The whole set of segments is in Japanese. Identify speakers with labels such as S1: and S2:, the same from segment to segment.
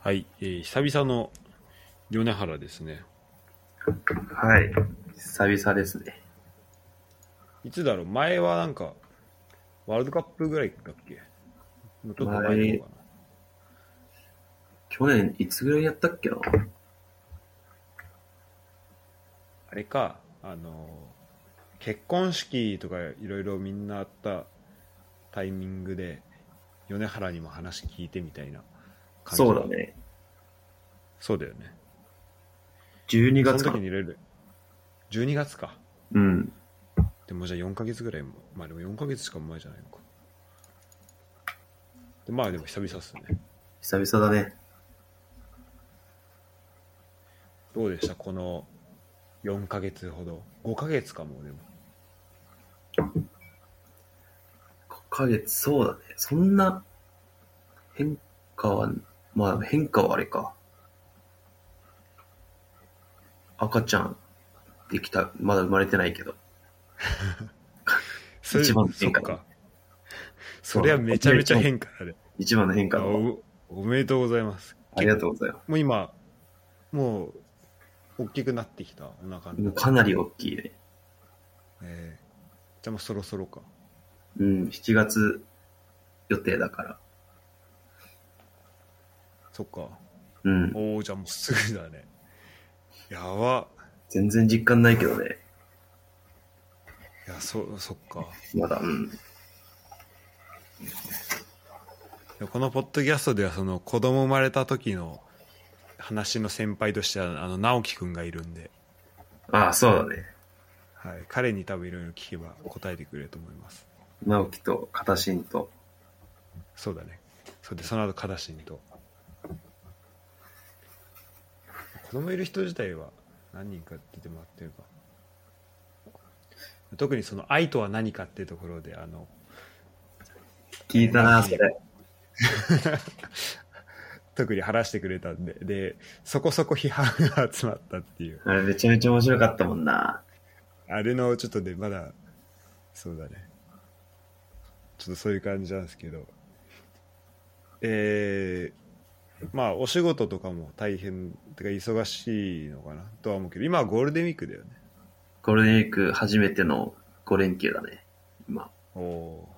S1: はい、えー久々の米原ですね。
S2: はい。久々ですね。
S1: いつだろう前はなんか、ワールドカップぐらいだっけもうちょっと前の方か
S2: 去年、いつぐらいやったっけな
S1: な。あれか、あのー結婚式とかいろいろみんなあったタイミングで、米原にも話聞いてみたいな感じ
S2: そうだ。ね。
S1: そうだよね。
S2: 12
S1: その
S2: 月か
S1: 時。にいろいろ、12月か。
S2: うん。
S1: でもじゃあ4ヶ月ぐらいも、まあでも4ヶ月しか前じゃないのか。でまあでも久々っすね。
S2: 久々だね。
S1: どうでしたこの4ヶ月ほど。5ヶ月かも、でも。
S2: 5ヶ月、そうだね。そんな変化は、まあ変化はあれか。赤ちゃんできた、まだ生まれてないけど。
S1: それ
S2: 一番の変化
S1: そっ か。それはめちゃめちゃ変化だね。
S2: 一番の変化だわ
S1: おおめでとうございます。
S2: ありがとうございま
S1: もう今、もう、大きくなってきた、お腹
S2: す。も
S1: の
S2: う。かなり大きいね。
S1: えーじゃあもうそろそろか。
S2: うん、7月予定だから。
S1: そっか。
S2: うん。
S1: おお、じゃあもうすぐだね。やば。
S2: 全然実感ないけどね。
S1: いや、そ、そっか。
S2: まだ、うん。
S1: このポッドキャストではその子供生まれた時の話の先輩としてはあの直樹くんがいるんで、
S2: ああ、そうだね。
S1: はい、彼に多分いろいろ聞けば答えてくれると思います
S2: 直樹と片新と。
S1: そうだねそれでその後カダシンと子供いる人自体は何人か出てもらってるか特にその愛とは何かっていうところであの
S2: 聞いたな、それ。
S1: 特に話してくれたんででそこそこ批判が集まったっていう
S2: あれめちゃめちゃ面白かったもんな。
S1: あれのちょっとね、まだ、そうだね。ちょっとそういう感じなんですけど。えー、まあ、お仕事とかも大変、てか忙しいのかなとは思うけど、今はゴールデンウィークだよね。
S2: ゴールデンウィーク初めての5連休だね。今。
S1: おお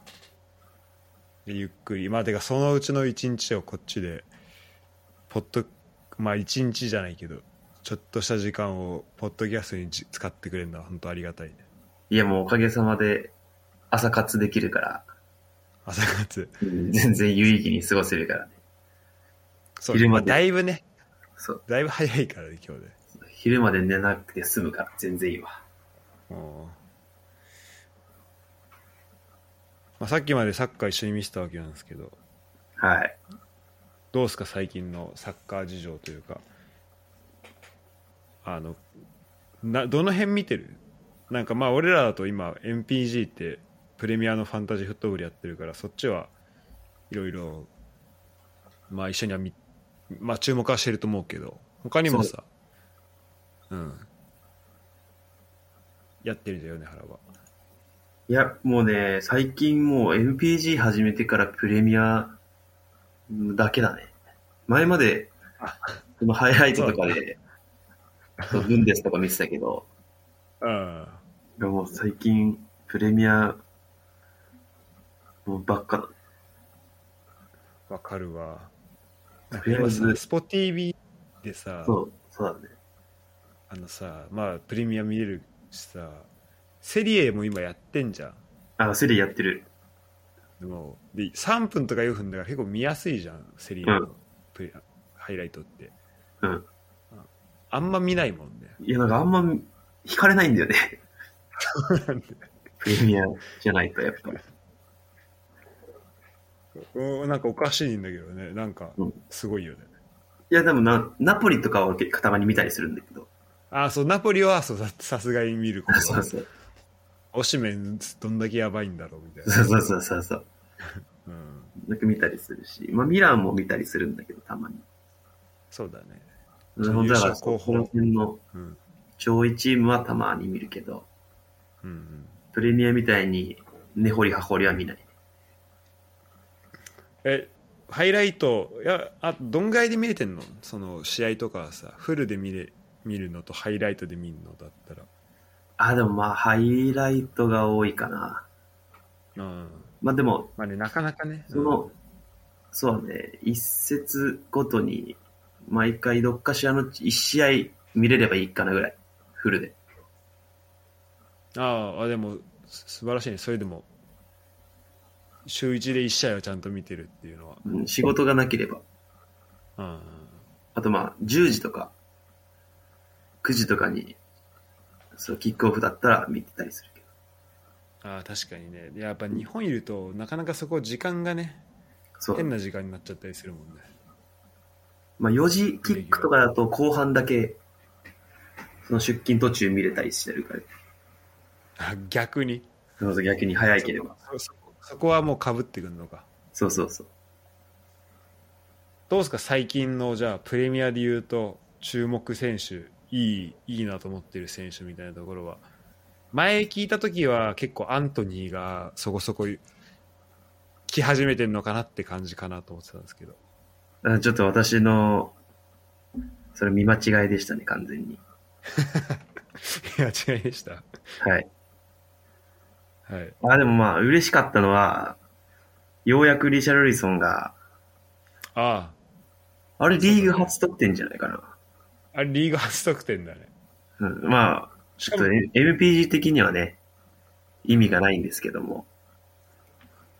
S1: ー。でゆっくり、まあ、てかそのうちの一日をこっちで、ポッド、まあ一日じゃないけど、ちょっとした時間をポッドキャストにじ使ってくれるのは本当ありがたいね。
S2: いや、もうおかげさまで朝活できるから、
S1: 朝活。
S2: 全然有意義に過ごせるからね。
S1: そう、
S2: 昼
S1: ま
S2: ま
S1: あ、
S2: で
S1: だいぶね、
S2: そう。
S1: だいぶ早いからね、今日で。
S2: 昼まで寝なくて済むから、全然いいわ。
S1: まあ、さっきまでサッカー一緒に見せたわけなんですけど
S2: はい。
S1: どうですか最近のサッカー事情というかあのなどの辺見てるなんかまあ俺らだと今 MPG ってプレミアのファンタジーフットボールやってるからそっちはいろいろまあ一緒には見、まあ、注目はしてると思うけど他にもさうんやってるじゃん米原は。
S2: いや、もうね、最近もう MPG 始めてからプレミアだけだね。前まで、このハイライトとかで、そうブンデスとか見てたけど、
S1: うん
S2: いやもう最近、プレミア、もうばっかだ。
S1: わかるわ。なん
S2: と
S1: か
S2: りあえ
S1: 今
S2: ず
S1: さ、スポ TV でさ、
S2: そう、そうだね。
S1: あのさ、まあ、プレミア見れるしさ、セリエも今やってんじゃん。
S2: あ、セリやってる。
S1: でもで3分とか4分だから結構見やすいじゃん、セリエの、
S2: うん
S1: プレハイライトって。
S2: うん。
S1: あんま見ないもんね。
S2: いや、なんかあんま、惹かれないんだよね。
S1: なんで
S2: プレミアじゃないと、やっぱ。
S1: うんなんかおかしいんだけどね、なんか
S2: うん、
S1: すごいよね。
S2: いや、でもな、ナポリとかは結構たまに見たりするんだけど。
S1: あ、そう、ナポリはそうささすがに見ること
S2: そう
S1: は。
S2: そう。
S1: オシメン、どんだけやばいんだろうみたい
S2: そう
S1: な。
S2: そうそうそうそう。
S1: うん
S2: なんか見たりするし、まあ、ミランも見たりするんだけど、たまに。
S1: そうだね。
S2: なるほど、だから、
S1: 優勝候補
S2: この辺の
S1: うん。
S2: 上位チームはたまに見るけど、
S1: うんうん、
S2: プレミアみたいに、根掘り葉掘りは見ない。
S1: えハイライトいやあどんぐらいで見れてんのその試合とかさフルで見れ見るのとハイライトで見るのだったら
S2: あ、でもまあ、ハイライトが多いかな。
S1: うん
S2: まあでも、
S1: まあねなかなかね
S2: その、そうね、一節ごとに、毎回どっかしらの一試合見れればいいかなぐらい、フルで。
S1: うんああでもす素晴らしいねそれでも週1で1試合はちゃんと見てるっていうのは
S2: うん、仕事がなければ。
S1: うん
S2: あとまあ、10時とか、9時とかに、そう、キックオフだったら見てたりするけど。
S1: ああ確かにねやっぱ日本いるとなかなかそこ時間がね
S2: そう
S1: 変。な時間になっちゃったりするもんね
S2: まあ、4時キックとかだと後半だけ、その出勤途中見れたりしてるから、
S1: あ逆に
S2: そうそう逆に早ければ。
S1: そそそこはもうかぶってくるのか
S2: そうそうそう。
S1: どうですか最近のじゃあプレミアで言うと注目選手いいいいなと思ってる選手みたいなところは前聞いた時は結構アントニーがそこそこ来始めてるのかなって感じかなと思ってたんですけど
S2: あちょっと私の、それ見間違いでしたね、完全に。
S1: いや違いでした
S2: はい。
S1: はい
S2: あ、でもまあ、嬉しかったのは、ようやくリシャルリソンが、
S1: あ
S2: あれリーグ初得点じゃないかな。
S1: ああれリーグ初得点だね
S2: うん、まあ、
S1: し
S2: ちょ
S1: か
S2: っと
S1: も
S2: MPG 的にはね、意味がないんですけども、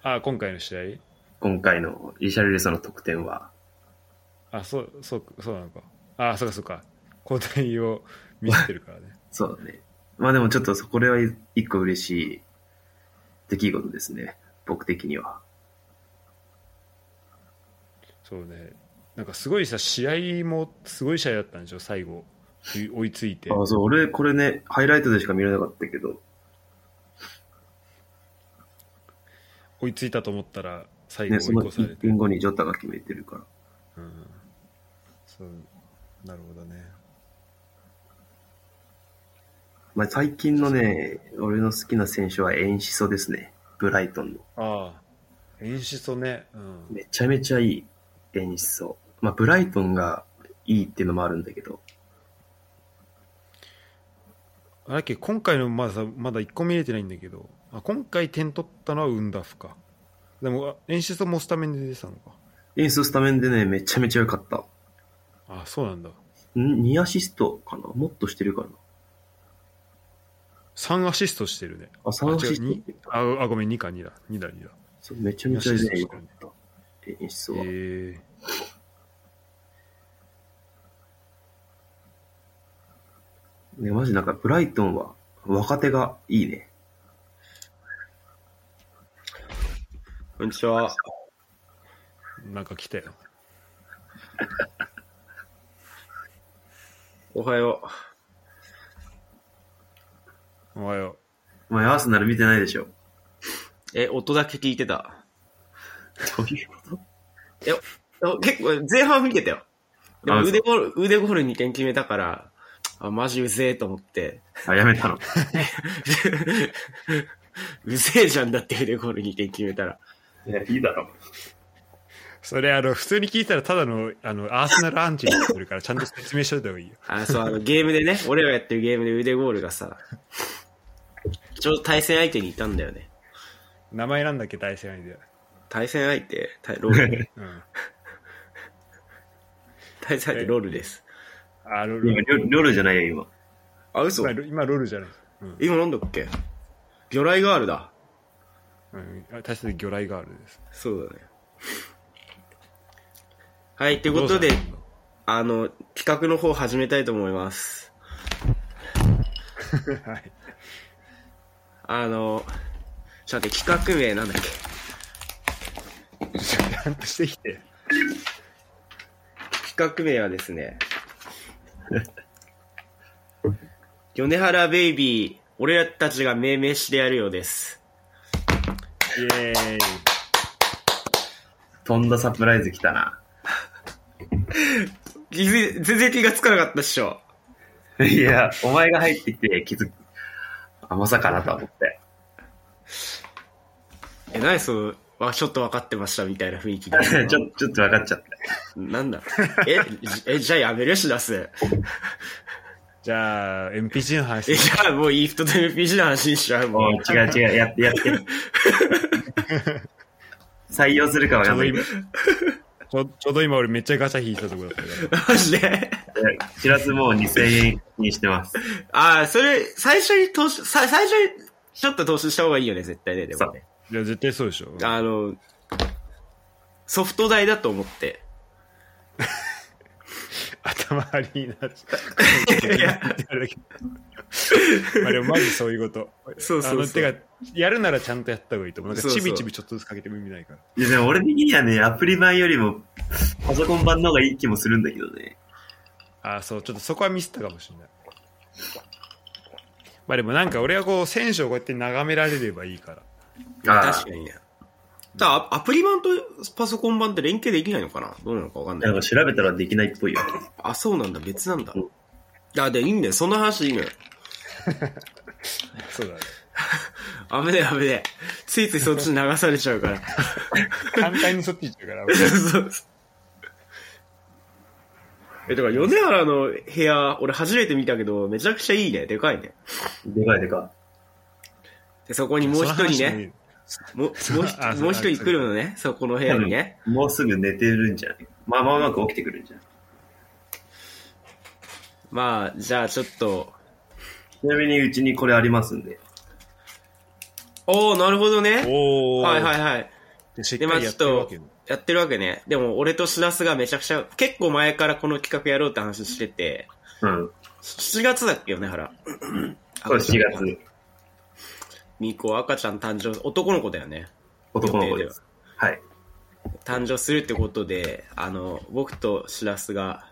S1: あ今回の試
S2: 今回のリシャルリソンの得点は、
S1: 合あそうそうそうなのかあそうかそうか交代を見せてるからね
S2: そうだね。まあでもちょっとそこれは一個嬉しい出来事ですね、僕的には。
S1: そうねなんかすごいさ試合もすごい試合だったんでしょ最後追追いついて
S2: あ、そう、俺これね、ハイライトでしか見れなかったけど、
S1: 追いついたと思ったら最後
S2: ね、その
S1: 追い越され
S2: 1
S1: て、
S2: 分後にジョタが決めてるから。
S1: うん、そうなるほどね
S2: まあ、最近のね、俺の好きな選手はエンシソですね。ブライトンの。
S1: ああ演出ね、うん、
S2: めちゃめちゃいいエンシソ。まあ、ブライトンがいいっていうのもあるんだけど、
S1: あれっけ今回のまださまだ1個見れてないんだけどあ今回点取ったのはウンダフかでもあ演出もスタメンで出てたのか
S2: エンシソスタメンでね、めちゃめちゃ良かった。
S1: あそうなんだ
S2: ん ?2 アシストかなもっとしてるかな
S1: 3アシストしてるね
S2: あ、3アシス
S1: あ違う
S2: ト
S1: ああごめん2か2だ2だ2だ
S2: そう。めちゃめちゃね良かった。エンシソは。
S1: え
S2: ね、マジなんかブライトンは若手がいいね。
S3: こんにちは。
S1: ー、なんか来たよ
S3: おはよう。
S1: おはよ
S2: お前、アーセナル見てないでしょ。
S3: え、音だけ聞いてた。
S2: どういうこと
S3: あ結構、前半見てたよ。で
S2: あ
S3: も
S2: そう
S3: 腕ゴール、腕ゴール2点決めたから、あ、マジうぜえと思って。
S2: あ、やめたの。
S3: うぜえじゃんだって腕ゴール2点決めたら。
S2: いや、いいだ ろ。
S1: うそれあの普通に聞いたらただのあのアーセナルアンチになってるからちゃんと説明しといた方がいいよ
S3: あ、そう、あの、ゲームでね、 俺らやってるゲームで腕ゴールがさ、ちょうど対戦相手にいたんだよね。
S1: 名前なんだっけ対戦相手
S3: 対戦相手、対 ロール。
S1: うん
S3: 対戦相手ロールです。
S1: あロ
S2: 今、
S1: ル
S2: りょルじゃないよ、今。
S3: あ、嘘
S1: 今ロ今ロールじゃない、うん
S3: 今なんだっけ魚雷ガールだ。
S1: うん、あ対戦で魚雷ガールです
S3: そうだね。はい、ということで
S1: どう、したの
S3: あの、企画の方始めたいと思います。
S1: はい
S3: あの、ちょっと待って、企画名なんだっけ
S1: ちゃんとしてきて
S3: 企画名はです ね、米原ベイビー、俺らたちが命名してやるようです。
S1: イエーイ
S2: とんだサプライズ来たな。
S3: 気づい全然気がつかなかったっしょ。
S2: いや、お前が入ってきて気づく。あ、まさかなと思って。
S3: え、何その、わ、ちょっと分かってましたみたいな雰囲気 で。
S2: ちょちょっと分かっちゃった。
S3: なんだえ、じえ、じゃあやめるし出す。
S1: じゃあ、MPG の話
S3: え、。じゃあもうイーフトと MPG の話にしちゃうも
S2: お
S3: う
S2: い違う違う、やって、やって。 採用するかは
S1: ちょ
S2: や
S1: う
S2: め
S1: ど
S2: る
S1: 今。ちょちょうど今俺めっちゃガチャ引いたとこだったから。
S3: マジで。
S2: しらすもう2000円にしてます。
S3: ああ、それ、最初に投資、さ最初に、ちょっと投資した方がいいよね、絶対ね、でもね。
S1: いや、絶対そうでしょ。
S3: あの、ソフト代だと思って。
S1: 頭ありいな。
S3: い や
S1: あれ、マジそういうこと。
S3: そう
S1: あ
S3: そ
S1: の
S3: うそう。
S1: てか、やるならちゃんとやった方がいいと思う。なんか、
S3: そう
S1: ち
S3: そう
S1: びちびちょっとずつかけても意味ないから。
S2: いやでも俺的にはね、アプリ版よりもパソコン版の方がいい気もするんだけどね。
S1: ああ、そう、ちょっとそこはミスったかもしれない。まあでもなんか俺はこう、選手をこうやって眺められればいいから。
S2: あ
S3: 確かにね。ただアアプリ版とパソコン版って連携できないのかなどうなのかわかん
S2: な
S3: なんい
S2: か。調べたらできないっぽいよ。
S3: あ、そうなんだ、別なんだ
S2: うん。
S3: あ、で、いいんだよ、その話いいのよ。
S1: そうだね。
S3: あぶねえあぶねえ。ついついそっちに流されちゃうから。
S1: 簡単にそっち行っちゃうから。俺
S3: そうそう え、だから米原の部屋、俺初めて見たけど、めちゃくちゃいいね。でかいね。
S2: でかいでか
S3: で、そこにもう一人ね、。ももう 一
S1: その話もいい
S3: 人もう一人来るのね、そこの部屋にね。
S2: い。もうすぐ寝てるんじゃないまあまあうまく起きてくるんじゃない
S3: まあ、じゃあちょっと、
S2: ちなみにうちにこれありますんで。
S3: おー、なるほど
S1: その話もいい
S3: ね。
S1: おー。
S3: はいはいはい。
S1: で、しっ
S3: で、
S1: か
S3: まあ
S1: りや
S3: ちょっ
S1: ってるわ
S3: と
S1: けね。、
S3: やってるわけね。でも、俺としらすがめちゃくちゃ、結構前からこの企画やろうって話してて、
S2: うん。
S3: 7月だっけ、米原。
S2: これ7月、
S3: にこう赤ちゃん誕生、男の子だよね。
S2: 男の子です。はい。
S3: 誕生するってことで、あの、僕としらすが、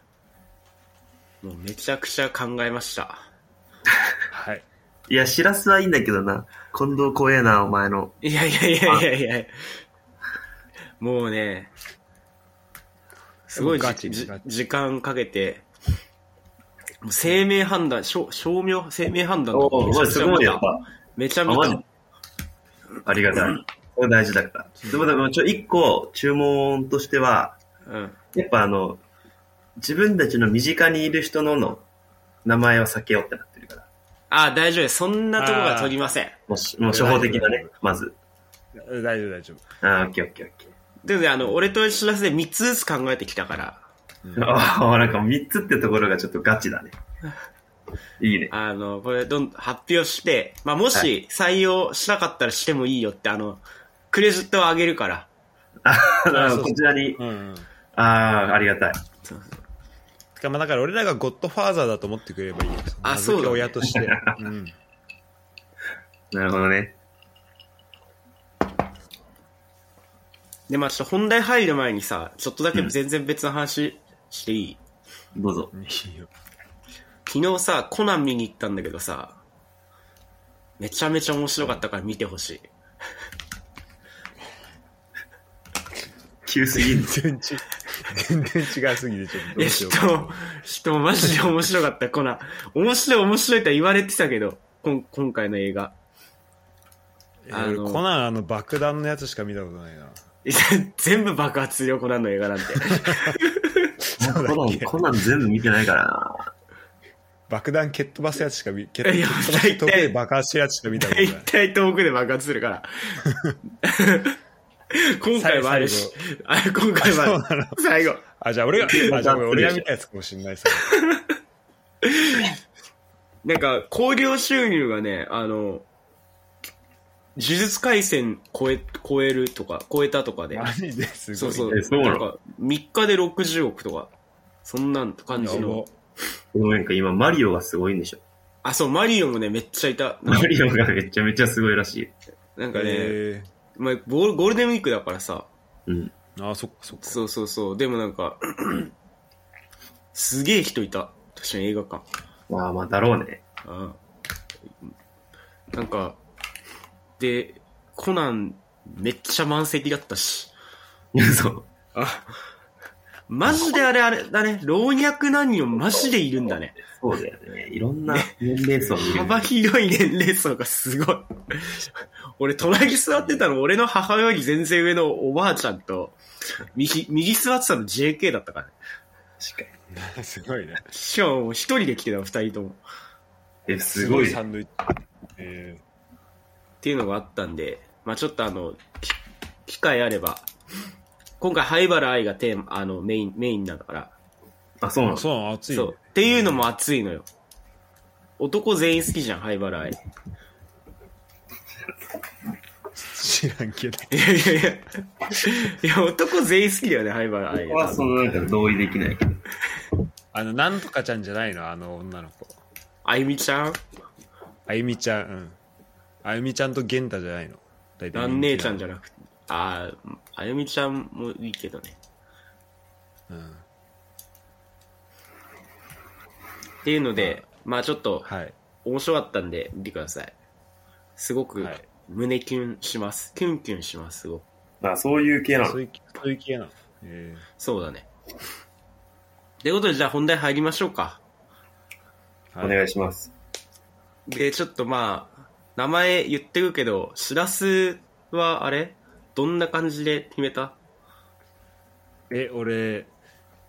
S3: もうめちゃくちゃ考えました。
S1: はい。
S2: いや、しらすはいいんだけどな。近藤怖えな、お前の。
S3: いやいやいやいやいやもうね、すごい
S1: ガチ
S3: じじ
S1: ガチ
S3: 時間かけて、もう生命判断、証証明、生命判断とか
S2: お
S3: めち
S2: 前
S3: ゃく
S2: そ
S3: ちゃ
S2: こま
S3: 見。
S2: でやったた。
S3: めちゃ
S2: あ、
S3: 見
S2: マジ
S3: た。
S2: ありがたい。これ大事だから。でも、でも、ちょ、一個注文としては、
S3: うん。
S2: やっぱあの、自分たちの身近にいる人のの名前は避けようってなってるから。
S3: あ、大丈夫です。そんなとこが取りません。
S2: もうし、もう初歩的なね、まず。
S1: 大丈夫大丈
S2: あー、オッケーオッケーオッケー。
S3: でね、あの、俺としらすで3つずつ考えてきたから、
S1: 夫。うん
S2: ああ、なんか3つってところがちょっとガチだね。いいね。
S3: あの、これどん、発表して、まあ、も
S2: は
S3: し採用しなかったらしてもいいよって、あの、クレジットを上げるから。
S2: あ
S1: あ
S2: の
S1: そうそう
S2: こちらに、
S1: うんうん。
S2: ああー、ありがたい。
S1: てかまあだから俺らがゴッドファーザーだと思ってくれればいいよ。
S3: あそうだね
S1: 名付け親と して。うん。
S2: なるほどね。
S3: で、まあ、ちょっと本題入る前にさ、ちょっとだけ全然別の話していい、
S2: どうぞ。
S1: いいよ。
S3: 昨日さ、コナン見に行ったんだけどさ、めちゃめちゃ面白かったから見てほしい。
S2: 急す ぎる。
S1: 全然、全然違うすぎてちょっと
S3: い
S1: ど
S3: や、
S1: うしよ
S3: 人
S1: うかな、
S3: 人マジで面白かった、コナン。面白い面白いとは言われてたけど、こん今回の映画。
S1: えー俺
S3: あの
S1: コナンあの爆弾のやつしか見たことないな。
S3: いや全部爆発するよ、コナンの映画なんて。
S2: コナン、コナン全部見てないからな。
S1: 爆弾蹴っ飛ばすやつしか見、蹴っ
S3: い
S1: 飛
S3: や
S1: ばす
S3: 大体
S1: 時計爆発するやつしか見たことない
S3: 一。体遠くで爆発するから。今回はあるし
S1: 最、
S3: あ今回はある最後。
S1: あ、じゃあ俺が、あ、じゃあ俺が見たやつかもしんないさ。
S3: なんか、興行収入がね、あの、呪術廻戦超え、超えるとか、超えたとかで。
S1: マジですごい。
S3: そうそう。
S2: えそうなの
S3: なんか、3日で60億とか、そんなん感じ
S1: やば
S3: の。
S2: ごめんか、今マリオがすごいんでしょ。
S3: あ、そう、マリオもね、めっちゃいた。
S2: マリオがめちゃめちゃすごいらしい。
S3: なんかね、
S1: え
S3: まあ、ゴールゴールデンウィークだからさ、
S2: うん。
S1: ー、あ、そっか そっか。
S3: そうそうそう。でもなんか、 すげえ人いた。確かに映画館。
S2: まあまあ、だろうね。
S3: ああなんか、で、コナン、めっちゃ満席だったし。
S2: そう。
S3: あマジであれあれだね。老若男女マジでいるんだね。
S2: そうだよね。いろんな年齢層見る。
S3: 幅広い年齢層がすごい。俺、隣に座ってたの、俺の母親より全然上のおばあちゃんと、右、右座ってたの JK だったからね。
S2: 確かに。
S1: すごいね。
S3: しかも、一人で来てたの、二人とも。っ
S2: え、すごい。
S1: サンドイッチ。え
S3: ていうのがあったんで、まあちょっとあの、き機会あれば、今回、灰原愛がテーマ、あの、メイン、メインなんだから、
S2: あ、そうな
S1: ー、
S2: の
S1: あそうなの熱いね、
S3: そう。っていうのも熱いのよ。男全員好きじゃん、灰原愛。い
S1: 知らんけど。
S3: やいやいや。いや、男全員好きだよね、灰原愛。
S2: 僕はそのなんか同意できないけど。
S1: あの、なんとかちゃんじゃないのあの女の子。
S3: あゆみちゃん
S1: あゆみちゃん、うん。あゆみちゃんと玄太じゃないの大体。
S3: 蘭姉ちゃんじ
S1: ゃ
S3: ゃなくて、ああ、あゆみちゃんもいいけどね。
S1: うん。
S3: っていうので、まあちょっと、
S1: はい。
S3: 面白かったんで、見てください。すごく
S1: はい、
S3: 胸キュンします。キュンキュンします、すごく。
S2: あ、そういう系な
S1: そ
S2: の
S1: う。いう、そういう系なの。え
S3: そうだね。ということで、じゃあ本題入りましょうか。
S1: ー
S2: お
S1: はい。
S2: 願いします。
S3: で、ちょっとまあ、名前言ってるけど、しらすは、あれどんな感じで決めた
S1: え、俺、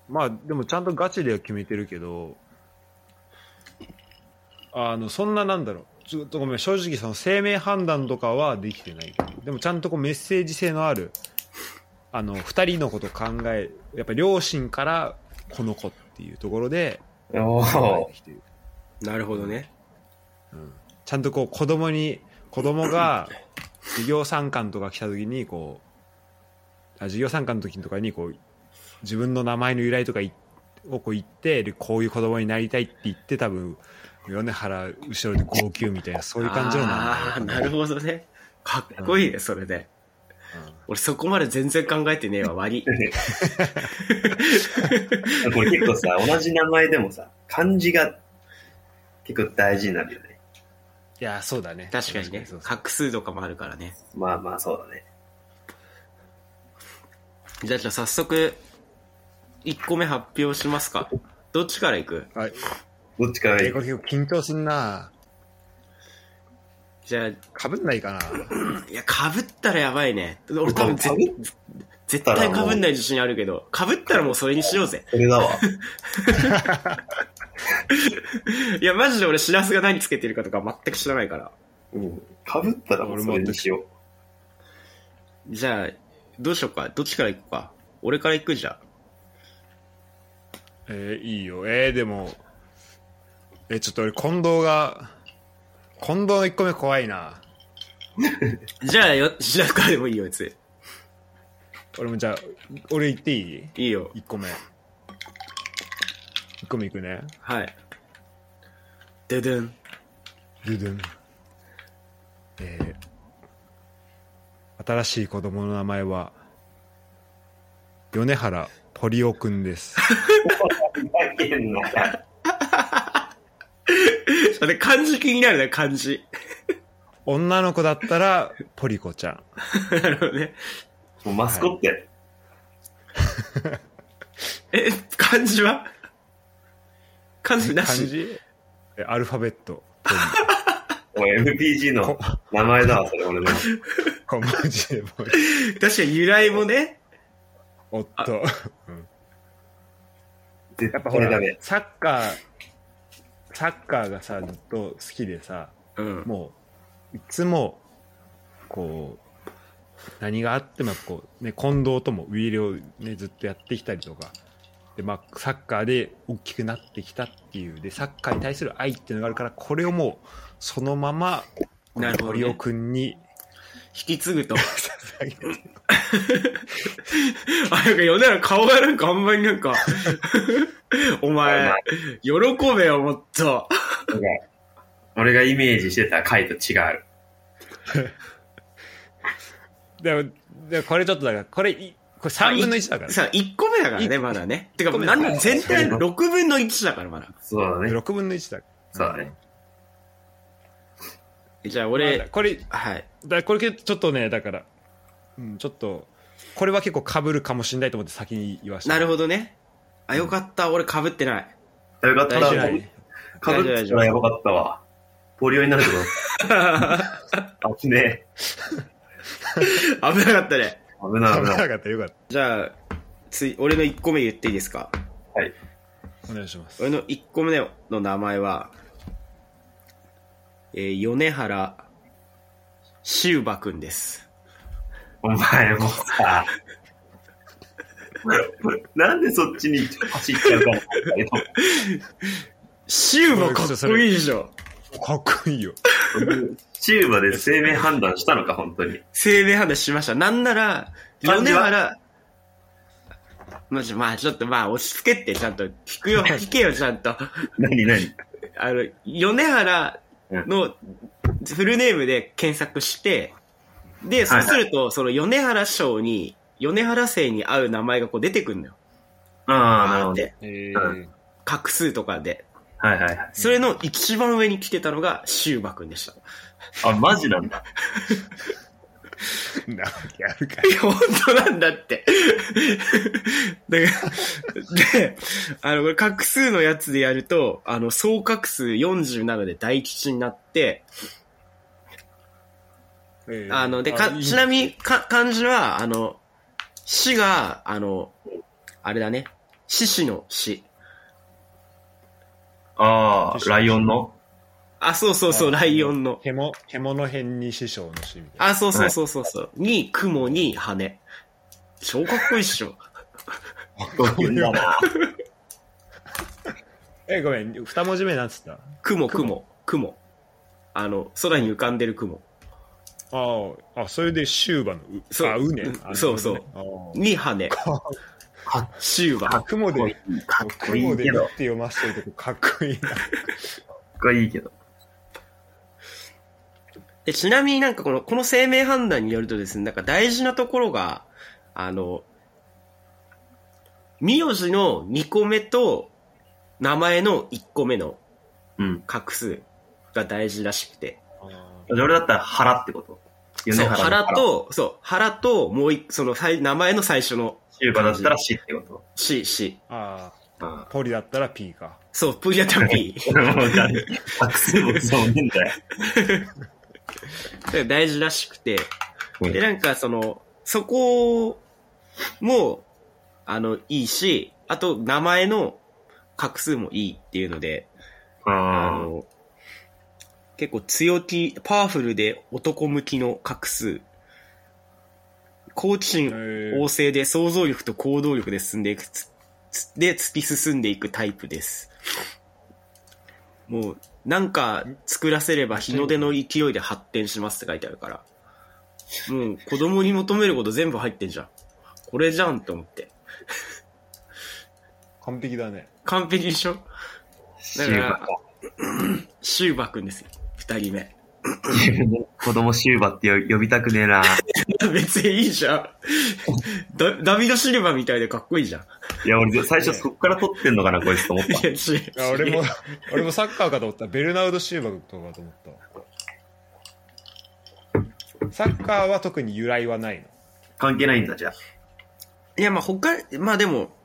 S1: まあ、でもちゃんとガチでは決めてるけど、あの、そんななんだろう。ちょっとごめん、正直その生命判断とかはできてないけど。でもちゃんとこうメッセージ性のある、あの、二人のこと考え、やっぱ両親からこの子っていうところで考
S2: おー
S1: えてきてる。
S3: なるほどね。
S1: うんちゃんとこう子供に子供が授業参観とか来た時にこうあ授業参観の時とかにこう自分の名前の由来とかいをこう言ってでこういう子供になりたいって言って多分米原後ろで号泣みたいなそういう感じの
S3: ああー、なる
S1: ほ
S3: ほどね。かっこいいね、それで。俺そこまで全然考えてねえわ、割 り。
S2: これ結構 さ、同じ名前でもさ、漢字が結構大事になるよね。
S1: いやそうだね
S3: 確かにね
S1: そう、そう
S3: 画数とかもあるからね。
S2: まあまあ、そうだね。
S3: じゃあ、じゃあ早速、1個目発表しますか。どっちからいく
S1: はい
S2: どっちから
S1: え
S2: い
S1: ーこ
S2: い
S1: れ結構緊張すんな
S3: じゃあ、い
S1: かぶんないかな
S3: や、被ったらやばいね。俺多分ぜ
S2: 被っ
S3: 絶対被んない自信あるけど、被ったらもうそれにしようぜ。
S2: それだわ。
S3: いや、マジで俺、シラスが何つけてるかとか全く知らないから。
S2: うん。かぶったらもうそれにしよ う。
S3: じゃあ、どうしようか。どっちからいくか。俺からいくじゃん。
S1: えーいいよえーでもえーちょっと俺近藤が近藤の1個目怖いな
S3: じゃあよ、 シラスからでもいいよ、別に。
S1: 俺もじゃあ俺言っていい
S3: いいよ。
S1: 1個目1個目いくね
S3: はい。ででん。
S1: ドゥドゥンえー新しい子供の名前は米原ポリオくんです
S2: ふざけんな。
S3: だって漢字気になるね、漢字。
S1: 女の子だったらポリコちゃん
S3: なるほどね。
S2: もうマスコットや。
S3: え、漢字は漢字
S1: 漢
S3: なし。
S1: 字えアルファベット
S2: もう MPG の名前だわ、それ俺の。
S1: 小文字でポリ
S3: 確かに由来もね。
S1: おっと
S2: 絶
S1: やっぱ
S2: 対
S1: ほら
S2: ダメ。
S1: サッカーサッカーがさずっと好きでさ
S3: うん。
S1: もういつもこう何があってもやっぱこう、ね、近藤ともウィーレを、ね、ずっとやってきたりとかで、まあ、サッカーで大きくなってきたっていうでサッカーに対する愛っていうのがあるからこれをもうそのまま
S3: なるほどね
S1: 堀尾君に
S3: 引き 継ぐと。 あ、なんか、よなら顔がなんかあんまりなんか、 お前、喜べよ、もっと。
S2: なんか俺がイメージしてた回と違う。
S1: でもでもこれちょっとだからこれいこれ3分の1だから
S3: さ、1個目だからね、まだね。てか、なんだ、全体の6分の1だから、まだ。
S2: そうだね。
S1: 6分の1だから
S2: そうだね
S3: じゃあ、
S1: まあ
S3: 俺、
S1: これ
S3: はい。
S1: だこれちょっとねだから、うん、ちょっとこれは結構かぶるかもしれないと思って先に言わせた
S3: なるほどね。あ、よかった。俺被ってない。
S2: あよかった。
S3: 大
S1: して
S3: 丈
S1: な
S2: か
S1: い。
S2: ぶってたらやばかったわ。ポリオになるけど。 あっちね。
S3: 危なかったね。
S2: 危ない
S1: 危な
S2: 危ない。
S1: かった、よかっ
S3: じゃあ、つい、俺の1個目言っていいですか
S1: た。お願いします。
S3: 俺の1個目の名前は、えー、米原修馬くんです。
S2: お前もうさ。なんでそっちに走っちゃうかな。
S3: 修馬かっこいいでしょ。
S1: かっこいいよ。
S2: チューバで生命判断したのか、本当に。
S3: 生命判断しました。なんなら、
S2: 漢
S3: 米
S2: 字は
S3: 原、まあ、ちょまあ、ちょっと、まあ、落ち着けって、ちゃんと、聞くよ、聞けよ、ちゃんと。
S2: 何何
S3: あの、米原のフルネームで検索して、で、そうすると、その米原賞に、米原生に合う名前がこう出てくるのよ。
S2: ああ、なるほど。
S3: で
S1: え
S2: ー
S3: 画数とかで。
S2: はいはいはい。
S3: それの一番上に来てたのが、修馬くんでした。
S2: あ、マジなんだ。
S1: なわけあるか
S3: いや、 本当なんだって。 だから、で、あの、これ、画数のやつでやると、あの、総画数47で大吉になって、
S1: えー
S3: あの、で、か、
S1: いい
S3: ちなみに、か、漢字は、あの、死が、あの、あれだね、獅子の死。
S2: ああ、ライオンの
S3: あ、そうそうそう、
S1: あ
S3: ライオンの。
S1: 獣獣編に師匠の師みたいな。
S3: あ、そうそうそうそうそう。に、雲に、羽。超かっこいいっしょ。
S2: ごめんだな。
S1: え、ごめん、二文字目なんつったあ
S3: 雲、雲、雲。あの、空に浮かんでる雲。
S1: あ、あ、それで終盤のう、
S3: そう
S1: あ、うね
S3: うん。
S1: あ
S3: そうそう。
S1: うね
S3: に、羽。
S2: か
S3: シュー
S1: あ
S3: バ。
S1: ー雲で、
S2: かっこい
S1: 雲
S2: い
S1: で
S2: け
S1: 打
S2: ど、か
S1: って読ませてるとこかっこいいな。
S2: っこいいけど。
S3: で、ちなみになんかこの、この生命判断によるとですね、なんか大事なところが、あの、名字の2個目と、名前の1個目の
S2: うん。
S3: 画数が大事らしくて。
S2: じゃあ俺だったら腹ってこと。米
S3: そう、
S2: 原の
S3: 原、と、そう、原と、もう一、その、最名前の最初の、
S2: 中華だったら死って こと。
S3: し、し。
S1: あ
S2: あ
S1: あ、ポリだったら P か。
S3: そう、プリアタピ
S2: あ。もうじゃあ、隠せもそうねんだよ。
S3: ー。大事らしくて。
S2: うん
S3: で、なんか、その、そこも、あの、いいし、あと、名前の画数もいいっていうので、あ
S2: あ
S3: の、結構強気、パワフルで男向きの画数。好奇心
S1: え
S3: 旺盛で想像力と行動力で進んでいくつ、つで突き進んでいくタイプです。もう、なんか作らせれば日の出の勢いで発展しますって書いてあるから。もう子供に求めること全部入ってんじゃん。これじゃんと思って。
S1: 完璧だね。
S3: 完璧でしょ
S2: ー
S3: だ
S2: 中
S3: から
S2: 華。
S3: シューバくんですよ。二人目。
S2: 自分の子供シルバーってよ呼びたくねえ な。
S3: 別にいいじゃん。ダダビド・シルバーみたいでかっこいいじゃん。い
S2: いや、俺最初そっから撮ってんのかな、こいつと思った。
S3: や、違う
S1: あ俺も、 俺もサッカーかと思った。ベルナウド・シューバーとかと思った。サッカーは特に由来はないの。
S2: 関係ないんだ、じゃあ。
S3: いや、まあ、他、まあでも、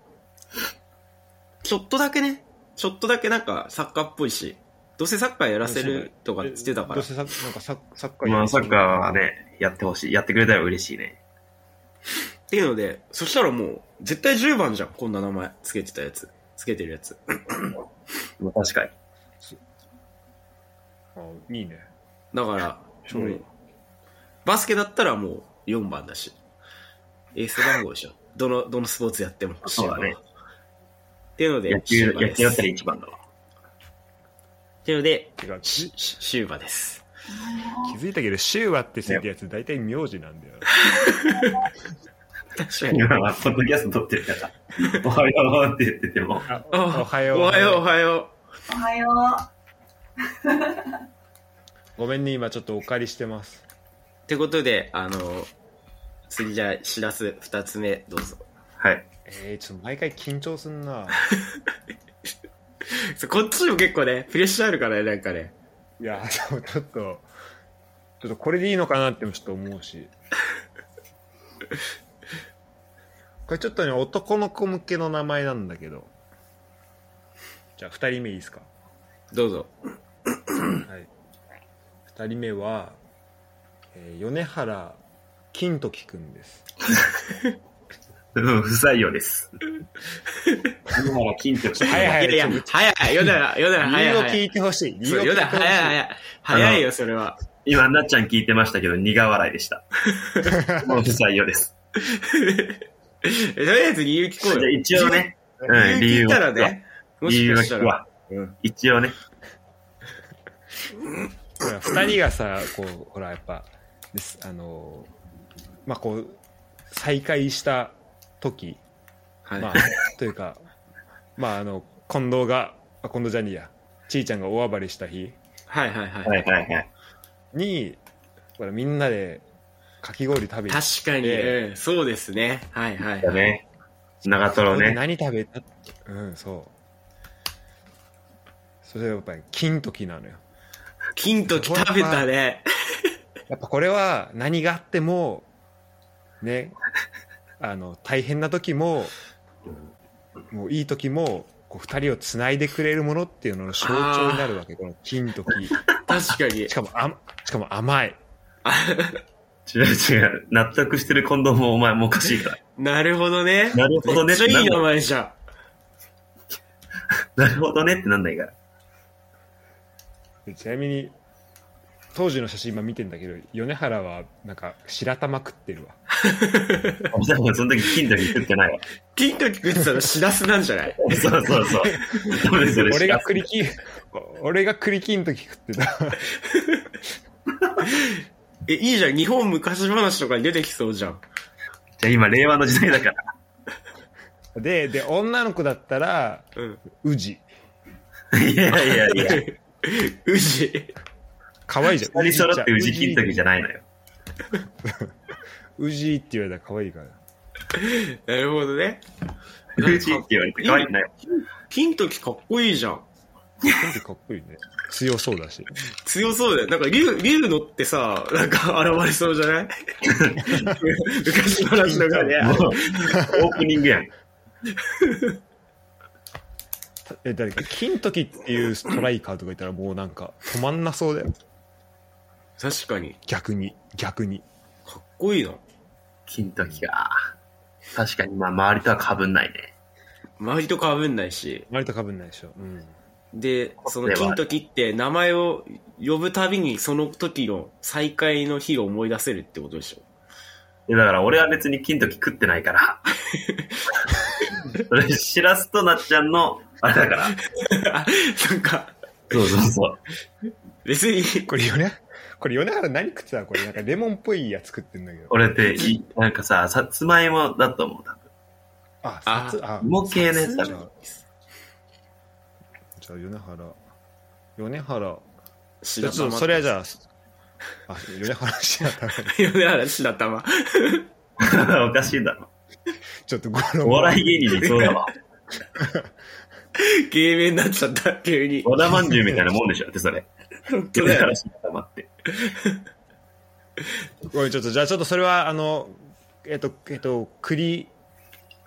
S3: ちょっとだけね、ちょっとだけなんかサッカーっぽいし、どうせサッカーやらせるとかっつってたか
S1: ど
S3: ら
S1: う、せサッなんかサッサッカーや
S2: ま
S1: り
S2: あ、サ
S1: そう
S2: ッカーはね、やってほしい。やってくれたら嬉しいね。
S3: っていうので、そしたらもう、絶対10番じゃん、こんな名前つけてたやつ。つけてるやつ。
S2: まあ確かに。
S1: あいいね。
S3: だから、
S1: そう
S3: もうバスケだったらもう4番だし、エース番号でしょ。どの、どのスポーツやっても。
S2: そうだね
S3: っていうので、
S2: 野
S3: シ
S2: 球、
S3: ューバ
S2: 野
S3: です
S2: 球だったら一番だ わ。
S3: っていうので、
S1: てか、気
S3: シシシュー バです。
S1: づいたけど、シューバーってついたやつ、大体名字なんだよ。
S3: 確かに。
S2: 今は、ポッドキャスト撮ってるから。おはようって言ってても。
S1: あ
S3: あ
S1: おはよう。
S3: おはよう、おはよう。
S4: おはよ
S1: ごめんね、今ちょっとお借りしてます。
S3: ってことで、あの、次じゃあ、しらす二つ目、どうぞ。
S2: はい。
S1: えー、ちょっと毎回緊張すんな。
S3: そうこっちも結構ね、プレッシャーあるからね、なんかね。
S1: いや、でもちょっと、ちょっとこれでいいのかなってもちょっと思うし。これちょっとね、男の子向けの名前なんだけど。じゃあ、二人目いいですか。
S3: どうぞ。
S1: はい。二人目は、えー米原金時くんです。
S2: うん、不採用です。野原金時。
S1: 早い早
S3: いやい
S1: ちょ
S3: や、早い。よだら、よだ ら、
S1: 理
S3: 早い
S1: 由を
S3: 早
S1: 聞
S3: い。
S1: いてほしい。理由
S3: そ
S1: を
S3: う
S1: 聞い
S3: よ
S1: て
S3: だら、
S1: ほし
S3: 早い
S1: い。
S3: 早い。早いよ、それは。
S2: 今、なっちゃん聞いてましたけど、苦笑いでした。もう不採用です。
S3: えとりあえず理由聞
S2: じゃ
S3: こ
S2: あ
S3: うよ。
S2: 一応ね、うん
S3: 理由聞いたら
S2: 理由は
S3: ね。も
S2: 理
S3: し
S2: 由は
S3: かした
S2: 聞く
S3: ら。
S2: わ。
S3: うん
S2: 一応ね。
S1: ほら二人がさ、こう、ほら、やっぱ、ですあのーまあ、こう、再会した時、
S3: はい。
S1: まあ、というか、まあ、あの、近藤が、あ近藤じゃねえや、ちいちゃんが大暴れした日
S3: はいはいはい。
S2: はいはいはい。
S1: に、ほら、みんなで、かき氷食べに行っ
S3: 確かに、
S1: で
S3: うん、そうですね。はいはい、
S2: だ
S3: はい。
S2: ね。長瀞
S1: そこで
S2: ね。
S1: 何食べたうん、そう。それはやっぱり、金時なのよ。
S3: 金時食べたね。
S1: やっぱこれは何があっても、ね、あの、大変な時も、もういい時も、こう二人をつないでくれるものっていうのの象徴になるわけ、この金時。
S3: 確か に
S1: し。かも、あん、しかも甘い。
S2: 違う違う。納得してる近藤もお前もおかしいから。
S3: なるほどね。
S2: なるほどね
S3: めっちゃいい
S2: なんだ
S3: 名前じゃん。
S2: なるほどねってなんないから。
S1: でちなみに、当時の写真今見てんだけど、米原はなんか白玉食ってるわ。
S2: お前もその時金時食ってないわ。
S3: 金時食ってたのシラスなんじゃない
S2: そうそうそう。ダメそれ
S1: 俺が栗 金、俺が栗金時食ってた。
S3: え、いいじゃん。日本昔話とかに出てきそうじゃん。
S2: じゃあ今、令和の時代だから。
S1: で、で、女の子だったら、
S3: うん。
S1: 宇治。
S2: いやいやいや。
S3: うじ。
S1: 可愛いじゃん。
S2: 二人揃って宇治金
S1: 金
S2: 時じゃないのよ。
S1: 宇治って言われたら可愛いから。
S3: なるほどね。
S2: 宇治って言われて可愛いんだよ。
S3: 金時かっこいいじゃん。
S1: 金時かっこいいね。強そうだし。
S3: 強そうだよ。なんか、竜、竜のってさ、なんか現れそうじゃない 昔話と
S2: も
S3: かね。
S2: う、オープニングやん。
S1: え、誰か、金時っていうストライカーとかいたらもうなんか、止まんなそうだよ。
S3: 確かに。
S1: 逆に、逆に。
S3: かっこいいな。
S2: 金時か。確かに、まあ、周りとは被んないね。
S3: 周りとかぶんないし。
S1: 割と被んないでしょ。うん。
S3: で、その金時って名前を呼ぶたびにその時の再会の日を思い出せるってことでしょ。
S2: いやだから、俺は別に金時食ってない から。それ、しらすとなっちゃんの、あれだから。
S3: なんか、
S2: そうそうそう。
S3: 別に、
S1: これ米、これ米原何食ってたこれなんかレモンっぽいやつ食ってんだけど。
S2: 俺ってい、なんかさ、さつまいもだと思う。多分
S1: あ、
S3: あ
S1: さつあ、
S2: 芋系のやつだ
S1: じ
S2: と
S1: ゃ
S2: 思う
S1: あ、じゃあ米原、米原、 ちょ
S3: 白
S1: っと
S3: 玉。
S1: それはじ ゃあ、あ、米原しな
S3: 米原 白玉。
S2: おかしいだろ。
S1: ちょっとゴロ
S2: お笑い芸人にそうだわ。
S3: 芸名になっちゃった、急に。
S2: 和田まんじゅうみたいなもんでしょだって、それ。
S3: 本当
S2: だか
S3: だ よ
S2: ら。しらまって。
S1: ごめんちょっと、じゃあちょっとそれは、あの、えっと、えっと、栗、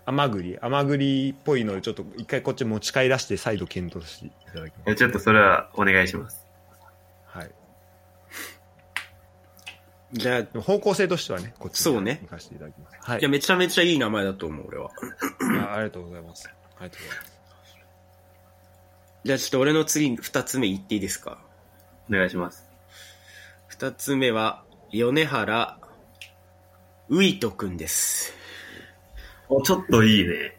S1: 甘栗、甘栗っぽいので、ちょっと一回こっち持ち帰らせて再度検討していただきます。
S2: えちょっとそれはお願いします。
S1: はい。
S3: じゃあ、い
S1: でも方向性としてはね、こっちに
S3: そうね
S1: 行かせていただきます。はい。
S3: や、めちゃめちゃいい名前だと思う、俺は。
S1: あありがとうございます。ありがとうございます。
S3: じゃあ、ちょっと俺の次、二つ目言っていいですか。
S2: お願いします。
S3: 二つ目は、米原、ういとくんです。
S2: お、ちょっといいね。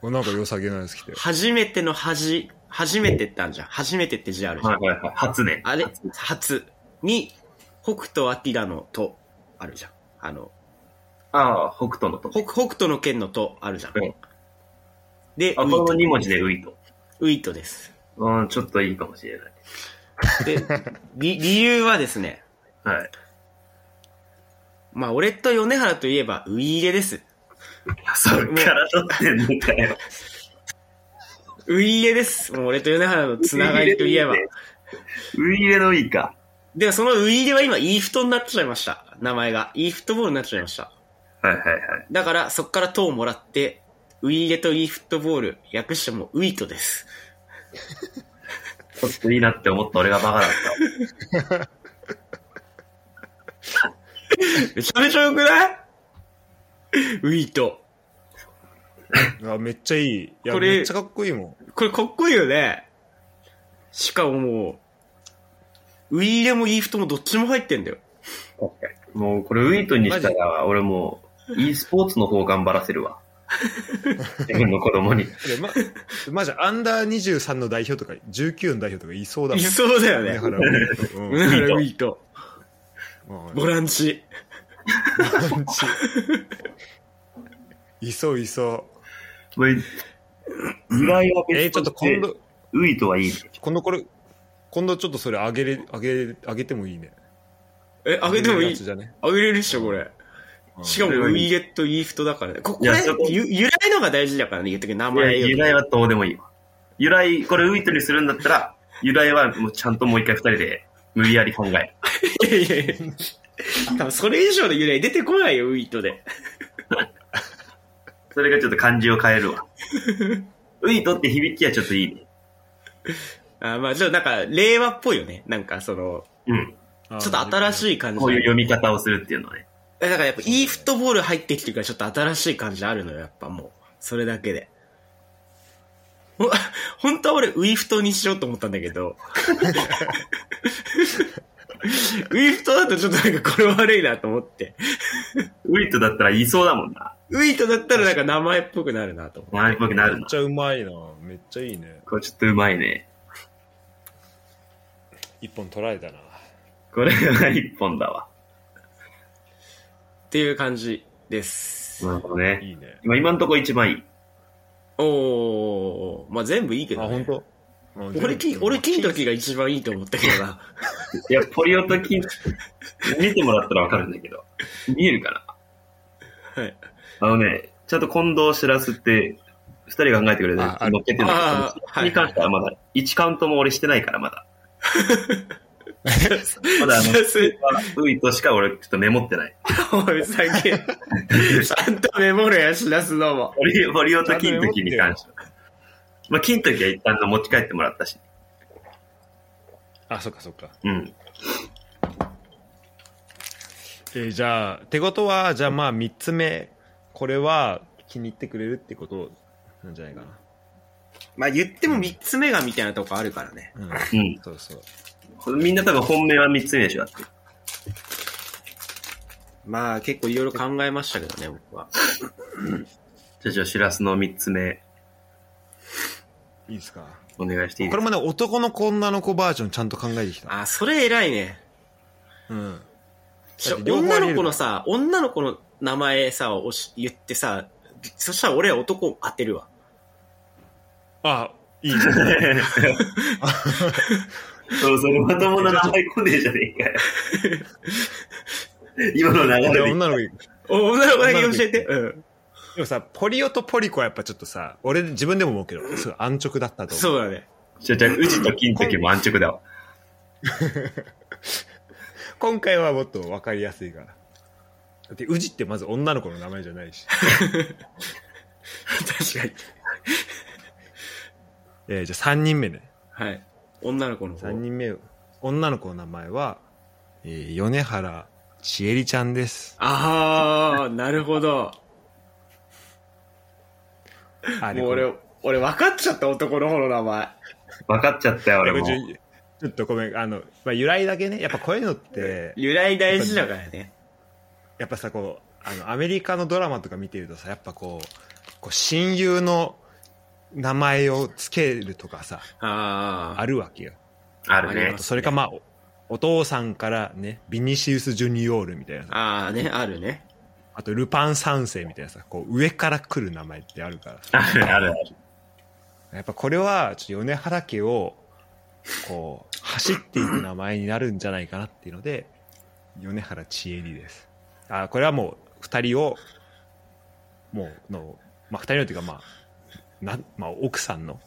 S1: おなんか良さげなやつ来てよ。
S3: 初めての恥、初めてってあるじゃん。初めてって字あるじゃん
S2: はい。はいはい。初ね。
S3: あれ、初に、北斗晶のと、あるじゃん。あの、
S2: ああ、北斗のと。
S3: 北北斗の剣のと、あるじゃん。
S2: うん
S3: で、
S2: あ、こ
S3: ウイ
S2: の
S3: ト。
S2: 2文字でウイと。
S3: ウイトです。
S2: うん、ちょっといいかもしれない。
S3: で、理理由はですね、
S2: はい。
S3: まあ、俺と米原といえば、ウイ入れです。
S2: そっから取ってんのかよ。
S3: ウイ入れです。もう俺と米原のつながりといえば。
S2: ウイ入れのいいか。
S3: でも、そのウイ入れは今、イーフトになっちゃいました。名前が。イーフットボールになっちゃいました。
S2: はいはいはい。
S3: だから、そこから塔をもらって、ウィーレとイーフットボール、略してもウィートです。
S2: ちょっといいなって思った俺がバカだっ
S3: めちゃめちゃよくないウィート。
S1: あめっちゃいい。いや、
S3: これ
S1: めっちゃかっこいいもん。
S3: これかっこいいよね。しかももう、ウィーレもイーフットもどっちも入ってんだよ。
S2: た。もうこれウィートにしたら、俺もう e スポーツの方頑張らせるわ。自分の子供に。
S1: いや、 ま、マジ、アンダー23の代表とか、19の代表とかいそうだ
S3: い
S1: もん。
S3: そうだよ
S1: だ
S3: ね。
S1: から、うん
S3: だから ウィート。
S1: うん
S3: ボランチ。
S1: うんいそういそ
S2: これ、ぐらいは
S1: う。えー
S2: 別
S1: ちょっ
S2: と
S1: と
S2: して
S1: 今度、
S2: ウィートはいい。
S1: 今度これ、今度ちょっとそれ上げれ、上げ、上げてもいいね。
S3: え、あげてもい
S1: る
S3: い
S1: やつじゃね
S3: あげれるっしょ、これ。
S1: うん
S3: しかも、ウィーレット、イーフトだからね。ここ
S2: い
S3: れ
S2: やそこ、
S3: ゆ由来のが大事だからね、言っとく名
S2: いや
S3: 前より
S2: 由来はどうでもいいわ。由来、これウィートにするんだったら、由来はもうちゃんともう一回二人で無理やり考える。
S3: いやいやいや。多分それ以上の由来出てこないよ、ウィートで。
S2: それがちょっと漢字を変える わ。ウィートって響きはちょっといいね。
S3: あまあ、ちょっとなんか、令和っぽいよね。なんか、その、
S2: うん。
S1: あー
S3: ちょっと新しい感じ。
S2: こういう読み方をするっていうのはね。
S3: えだからやっぱ、いいフットボール入ってきてるから、ちょっと新しい感じあるのよ、やっぱもう。それだけで。ほ、本当は俺、ウィフトにしようと思ったんだ けど。ウィフトだとちょっとなんかこれ悪いなと思って。
S2: ウィートだったら言いそうだもんな。
S3: ウィートだったらなんか名前っぽくなるなと思って。
S2: 名前っぽくなる
S1: めっ
S2: の。
S1: ちゃうまいな。めっちゃいいね。
S2: これちょっとうまいね。
S1: 一本取られたな。
S2: これは一本だわ。
S3: っていう感じです。
S2: なるほどね。
S1: いいね。
S2: まあ今のところ一番いい。
S3: おー、まあ全部いいけ
S1: あ、
S3: ど、
S1: 本
S3: ね。
S1: 当。まあ
S3: 俺、金、俺、金時が一番いいと思ったけどな。
S2: いや、ポリオと金、見てもらったらわかるんだけど。見えるかな
S3: はい。
S2: あのね、ちゃんと近藤知らすって、二人が考えてくれて、乗
S1: ああ
S2: っけてんだ
S3: あ
S2: けど、
S3: はい
S2: に関してはまだ、1カウントも俺してないから、ま だ。まだあの、
S3: 知らず
S2: ウイとしか俺ちょっとメモってない。
S3: おい、ふざ けん。ちゃんとメモるやしらすのも。
S2: ポリオと金時に関しては。まあ、金時は一旦の持ち帰ってもらったし。
S1: あ、そっかそっか。
S2: うん。
S1: えーじゃあ、ってことは、じゃあまあ3つ目。これは気に入ってくれるってことなんじゃないかな。
S3: まあ言っても三つ目がみたいなとこあるからね。
S1: うん。
S2: うん。
S1: そうそう。
S2: これみんな多分本命は3つ目でしょ、だって。
S3: まあ結構いろいろ考えましたけどね、僕は。
S2: じゃあ、じゃあ、しらすの3つ目、
S1: いいですか。
S2: お願いしていい
S1: こ
S2: です
S1: れ
S2: か
S1: もね、男の子女の子バージョンちゃんと考えてきた。
S3: あ、それ偉いね。
S1: うん。
S3: しか
S1: だっ
S3: も
S1: て両方あり
S3: 女
S1: 得る
S3: の子のさ、女の子の名前さ、おし言ってさ、そしたら俺は男を当てるわ。
S1: あ、いいね。
S2: そう、それまともな名前来ねえじゃねえかよ。今の流
S1: じゃあ
S2: れで。
S1: 女の子いく
S3: お女の子だけ教えて。うん。
S1: でもさ、ポリオとポリコはやっぱちょっとさ、俺自分でも思うけど、すごい安直だったと思う。
S3: そうだね。
S2: じゃあ、じゃあ、宇治と金時も安直だわ。
S1: 今回はもっと分かりやすいから。だって、宇治ってまず女の子の名前じゃないし。
S3: 確かに。
S1: えーじゃあ3人目ね。
S3: はい。女の子の方
S1: 3。人目、女の子の名前は、えー米原千恵里ちゃんです。
S3: あー、なるほど。
S1: あ
S3: もう
S1: これ
S3: 俺、俺分かっちゃった男の方の名前。
S2: 分かっちゃったよ、
S1: こ
S2: 俺
S1: れ
S2: も
S1: ち。ょちょっとごめん、あの、まあ、由来だけね、やっぱこういうのって、
S3: 由来大事だからね。
S1: やっぱさ、こう、あの、アメリカのドラマとか見てるとさ、やっぱこう、こう親友の名前をつけるとかさ、
S3: あ
S1: あるわけよ。
S2: ある
S3: あり
S2: ね
S3: ま。す
S1: それかまあ、おお父さんからね、ビニシウス・ジュニオールみたいな
S3: あ。
S1: さ、
S3: ああね、あるね。
S1: あとルパン三世みたいなさ、こう上から来る名前ってあるからさ
S2: あるあるある。
S1: やっぱこれは、ちょっと米原家を、こう、走っていく名前になるんじゃないかなっていうので、米原千恵里です。あ、これはもう、二人を、もう、の、まあ、二人のというか、まあ、な、まあ、奥さんの、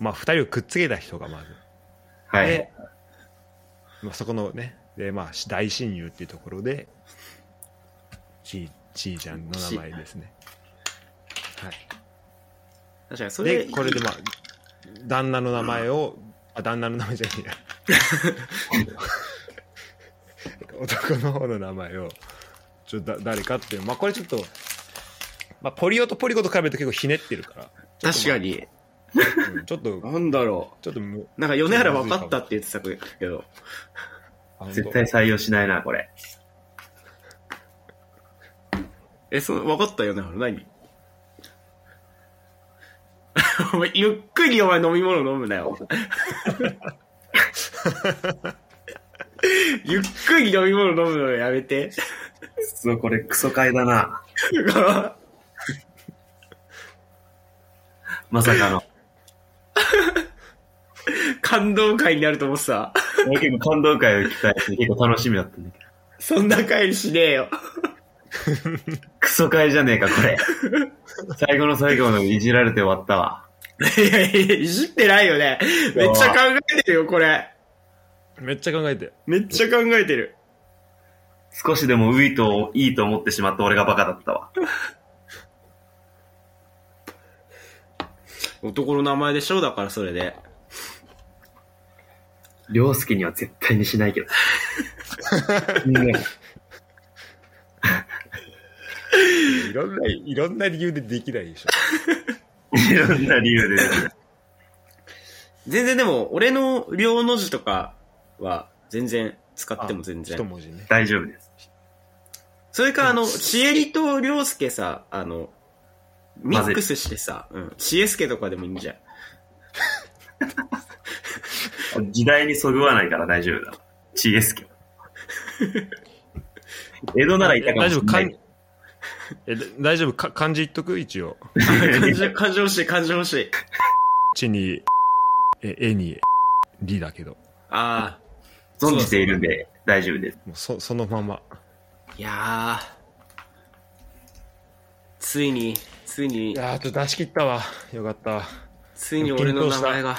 S1: まあ、二人をくっつけた人がまず、
S2: はい
S1: で。、まあ、そこのね、で、まあ、大親友っていうところで、ちちいじゃんの名前ですね。はい。
S3: 確かにそれ
S1: で、これでまあ、旦那の名前を、あ、旦那の名前じゃね えや。男の方の名前を、ちょっとだ誰かっていう、まあこれちょっと、まあポリオとポリゴと比べると結構ひねってるから、
S3: 確かに。
S1: うんちょっと、
S3: なんだろ
S1: ちょっとむ、
S3: う。なんか米原分かったって言ってたけど、
S1: あの
S2: 絶対採用しないな、これ。
S3: え、その、分かったよね、あれ何 お前、ゆっくりお前飲み物飲むなよ。 ゆっくり飲み物飲むのやめて。
S2: そう、これクソ買いだな。まさかの。
S3: 感動会になると思ってた。
S2: 俺結構感動会を聞かれて結構楽しみだったんだけど。
S3: そんな会にしねえよ。
S2: クソ会じゃねえか、これ。最後の最後のいじられて終わったわ。
S3: いやいや、いじってないよね。めっちゃ考えてるよ、これ。
S1: めっちゃ考えて。
S3: めっちゃ考えてる。
S2: 少しでもウイといいと思ってしまった俺がバカだったわ。
S3: 男の名前でしょだからそれで。
S2: りょうすけには絶対にしないけど。
S1: いろんな、いろんな理由でできないでしょ。
S2: いろんな理由で。
S3: 全然でも、俺の両の字とかは、全然使っても全
S1: 一
S3: 然。
S1: 文字ね。
S2: 大丈夫です。
S3: それか、あの、ちえりとりょうすけさ、あの、ミックスしてさ、うん、ちえすけとかでもいい んじゃん。
S2: 時代にそぐわないから大丈夫だ。知恵ですけど。江戸ならいたかも
S1: 大
S2: し
S1: 丈
S2: れ
S1: 夫、
S2: な
S1: か
S2: い。
S1: えだ大丈夫か、漢字言っとく一応。
S3: 感じ、感じ欲しい、感じ欲しい。
S1: 地に、え、絵に、りだけど。
S3: あ
S2: 存じているんで大丈夫です。
S1: もうそ、そのまま。
S3: あ、いやー。ついに、つい
S1: い
S3: に、
S1: やー、ちょっと出し切ったわ。よかった。
S3: ついに俺の名前が。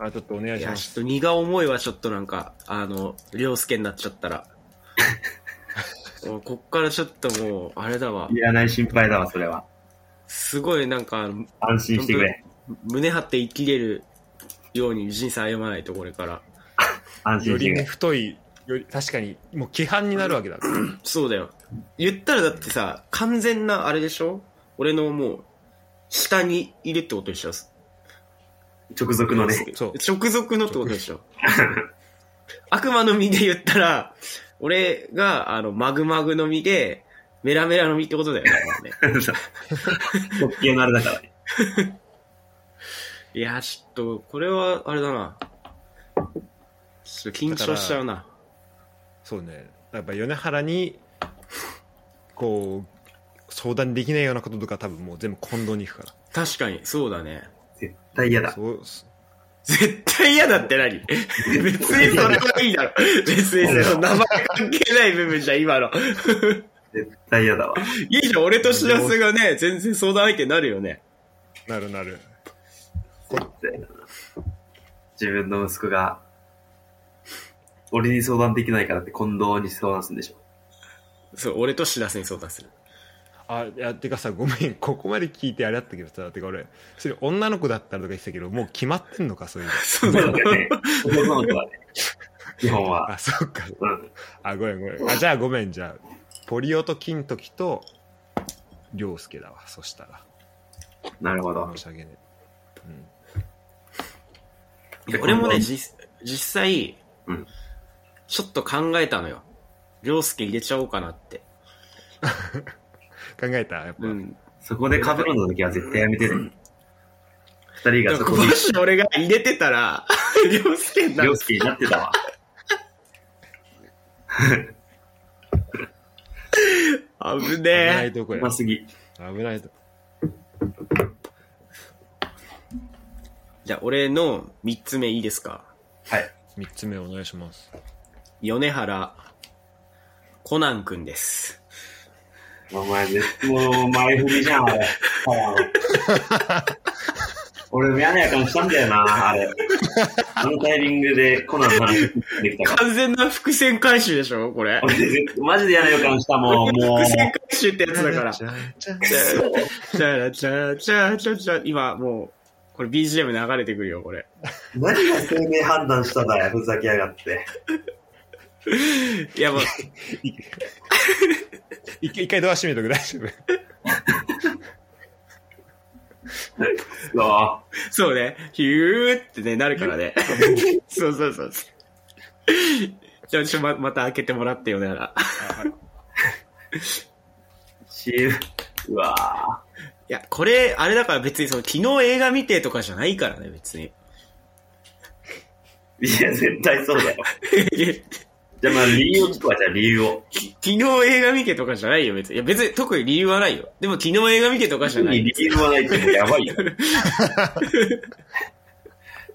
S1: あ、ちょっとお願い
S3: い
S1: し
S3: や、
S1: ま
S3: ちょっ
S1: す。
S3: と荷が重いわ、ちょっとなんか、あの、りょうすけになっち ゃったら。もうこっからちょっともう、あれだわ
S2: い。らない心配だわ、それは。
S3: すごいなんか、あの
S2: 安心してくれ。
S3: 胸張って生きれるように人生歩まないと、これから。
S2: 安
S1: より
S2: 心してく
S1: ね、
S2: れ。
S1: 太い、より、確かに、もう規範になるわけだから。
S3: そうだよ。言ったらだってさ、完全なあれでしょ俺のもう、下にいるってことでしょ
S2: 直属のね。
S1: そう
S3: 直属のってことでしょ悪魔の実で言ったら、俺が、あの、マグマグの実で、メラメラの実ってことだよね。
S2: 特権のあれだからね。
S3: いや、ちょっと、これは、あれだな。ちょっと緊張しちゃうな。
S1: そうね。やっぱ米原に、こう、相談できないようなこととか多分もう全部近藤に行くか
S3: 確かに、そうだね。
S2: 絶対嫌
S1: ら。
S2: だ。
S1: そう、そ
S3: 絶対嫌だって何別にそれはいいだろ。別にその名前関係ない部分じゃん、今の。
S2: 絶対嫌だわ。
S3: いいじゃん、俺としらすがね、全然相談相手になるよね。
S1: うなるなる。
S2: 自分の息子が、俺に相談できないからって近藤に相談するんでしょ。
S3: そう、俺としらすに相談する。
S1: あ、いや、てかさ、ごめん、ここまで聞いてあれだったけどさ、てか俺、それ女の子だったらとか言ってたけど、もう決まってんのか、そういうの。
S3: そう
S2: そうだよね。男の子はね。基本は。
S1: あ、そっか。
S2: うん。
S1: あ、ごめんごめん。あ、じゃあごめん、じゃあ。ポリオと金時と、りょうすけだわ、そしたら。
S2: なるほど
S1: 申。し訳ねえ。うん。
S3: いや俺もね、実実際、
S2: うん
S3: ちょっと考えたのよ。りょうすけ入れちゃおうかなって。
S1: 考えたやっぱ。
S3: うん。
S2: そこで被るの時は絶対やめてる。二人
S3: で
S2: が
S3: も
S2: そ
S3: こ
S2: こで
S3: もし俺が入れてた ら、りょうすけにな
S2: 凌
S3: る。
S2: 介になってたわ。
S3: 危
S1: 危な
S3: ね
S1: いとこ
S2: う
S1: や
S2: ま。すぎ。
S1: 危ないとこ。
S3: え。じゃあ、俺の三つ目いいですか
S2: はい。
S1: 三つ目お願いします。
S3: 米原、コナンくんです。
S2: お前、絶もう前振りじゃん、あれ。俺も嫌な予感したんだよな、あれ。あのタイミングでコナンの話できたから。
S3: 完全な伏線回収でしょこれ。
S2: 俺、絶 マジで嫌な予感した もん、もう
S3: 伏。線回収ってやつだから。
S1: じ
S3: チ
S1: ゃじゃじゃ
S3: ャラチャラチャラチャラチャラ今もう、これ BGM 流れてくるよ、これ。
S2: 何が生命判断したんだよ、ふざけやがって。
S3: いや、もう、
S1: 一回一回ドア閉めとく大丈夫。
S2: そ
S3: そうね、ヒューってね、なるからね。そうそうそうそう。じゃあ、ちょ、ま、また開けてもらってよね、なら。
S2: う。CM。うわぁ。
S3: いや、これ、あれだから別にその、昨日映画見てとかじゃないからね、別に。
S2: いや、絶対そうだよ。
S3: き
S2: じゃあまあ理由を聞くわ、じゃあ理由を。
S3: 昨日映画見てとかじゃないよ、別に。いや、別に特に理由はないよ。でも昨日映画見てとかじゃ
S2: 特
S3: な
S2: に
S3: い
S2: 理。由はないってもうやばい よ。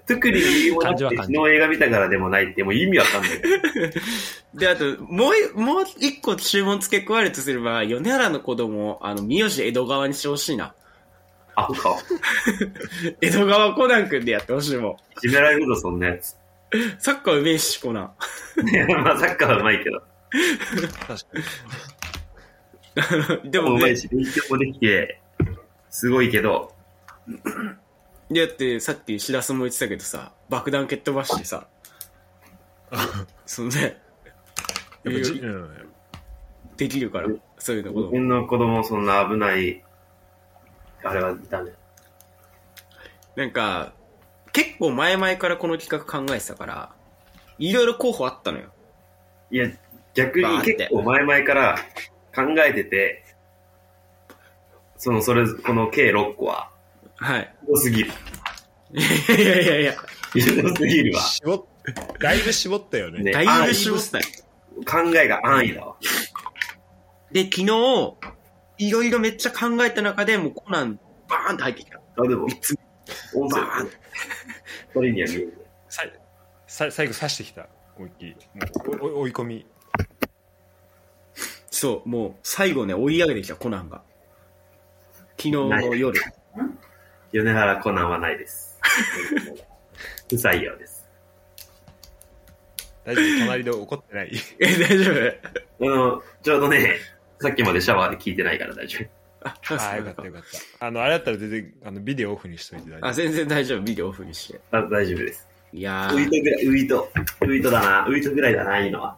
S2: 特に理由もなくて、昨日映画見たからでもないって、もう意味わかんない。
S3: で、あと、もうい、もう一個注文付け加えるとすれば、米原の子供、あの、三好江戸川にしてほしいな。
S2: あ、そう。
S3: 江戸川コナン君でやってほしいもん。
S2: いじめられるぞ、そんなや つ。
S3: サッカーうめえし、コナン。
S2: まあ、サッカーはうまいけど。
S1: 確かに。
S2: で
S3: で
S2: も
S3: も
S2: うまい
S3: ね、
S2: し、勉強もできて、すごいけど、
S3: だってさっき白洲も言ってたけどさ、爆弾蹴っ飛ばしてさ、そのね、
S1: やっぱじ、うん、
S3: できるから、そういうの
S2: 自
S3: こと。
S2: 分の子供をそんな危ない、あれはダメ。
S3: なんか、結構前々からこの企画考えてたから、いろいろ候補あったのよ。
S2: いや、逆
S3: バー
S2: に
S3: って
S2: 結構前々から考えてて、その、それ、この計6個は、
S3: はい。
S2: ひどすぎる。
S3: いやいやいやいや、
S2: ひどすぎるわ。
S1: 絞っだいぶ絞ったよね。
S2: ね
S3: だいぶ絞ったよ。
S2: 考えが安易だわ。
S3: で、昨日、いろいろめっちゃ考えた中でもうコナン、バーンって入ってきた。
S2: あ、でも、
S3: 三つ
S2: 音声
S3: バーン、
S2: それには見えない。
S1: ささ最後刺してきた思いっきりもうおお追い込み
S3: そう、もう最後ね、追い上げてきた、コナンが。昨日の夜。
S2: 米原コナンはないです。不採用です。
S1: 大丈夫隣で怒ってない
S3: え、大丈夫
S2: あの、ちょうどね、さっきまでシャワーで聞いてないから大丈
S3: あ、
S1: あ
S3: そう
S1: あよかった
S3: です
S1: よかったあのあれだったら全然あのビデオオフにしといて大
S3: あ、
S1: 丈
S3: 全然大丈夫。ビデオオフにして。
S2: 夫。あ大丈夫です。
S3: いや
S2: ウイ
S3: ー、
S2: ト
S3: い
S2: ぐらい、ウイト、ウイトだな、ウイトぐらいだな、いいのは。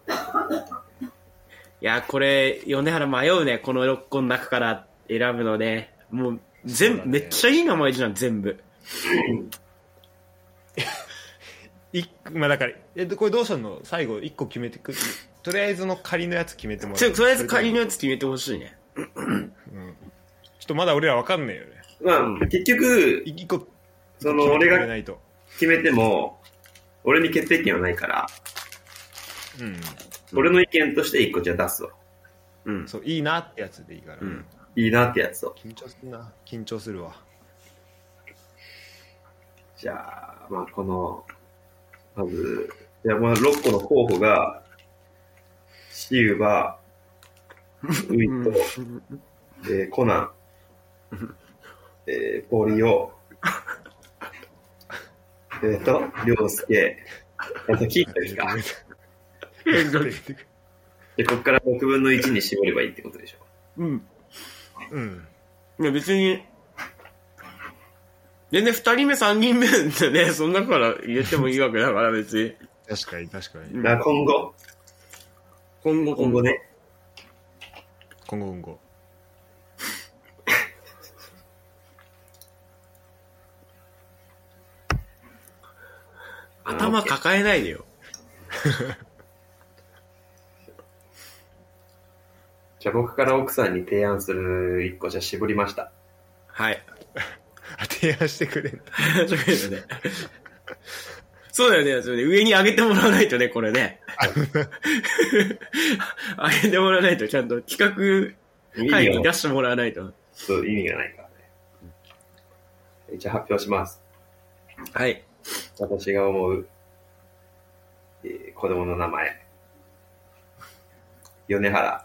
S3: やーこれ、米原迷うね。この6個の中から選ぶのね。もう、全
S1: そうだ
S3: 部、
S1: ね
S3: めっちゃいい名前じゃん、全部。
S1: 夫いまあだからえこれどうすんの最後一個決めてくとりあえずの仮のやつ決めてもら
S3: ち
S1: う
S3: ょとりあえず仮のやつ決めてほしいね。
S1: ちょっとまだ俺らわかんないよね
S2: まあ、結局、
S1: い一個
S2: その、俺
S1: 決め
S2: が
S1: ないと
S2: 決めても、俺に決定権はないから、
S1: うん
S2: 俺の意見として一個じゃあ出すわ。
S3: うん。
S1: そういいなってやつでいいから、
S3: うん。
S2: いいなってやつを。
S1: 緊張するな緊張するわ
S2: じゃあ、まあ、この、まず、じゃあ、まあ、6個の候補が、シウバ、ウイト、えーコナン、えー、ポリオ、えっと、りょうすけ、あと、キータですか。で、こっから6分の1に絞ればいいってことでしょ。
S3: うん。
S1: うん
S3: いや、別に、全然2人目、3人目ってね、 そんなから言ってもいいわけだから、別に。
S1: 確かに確かに
S3: うん
S2: だから今後、
S3: 今後、
S2: 今後ね。
S1: 今後今後
S3: 頭抱えないでよ。
S2: じゃあ、僕から奥さんに提案する1個、じゃあ絞りました。
S3: はい。
S1: あ提案してくれんだ
S3: そうだよね。そうだよね。上に上げてもらわないとね、これね。上げてもらわないと、ちゃんと企
S2: 意
S3: 画会
S2: 味
S3: 議
S2: を
S3: 出してもらわないと。
S2: そう、意味がないからね。一応発表します。
S3: はい。
S2: 私が思う、えー子供の名前。米原、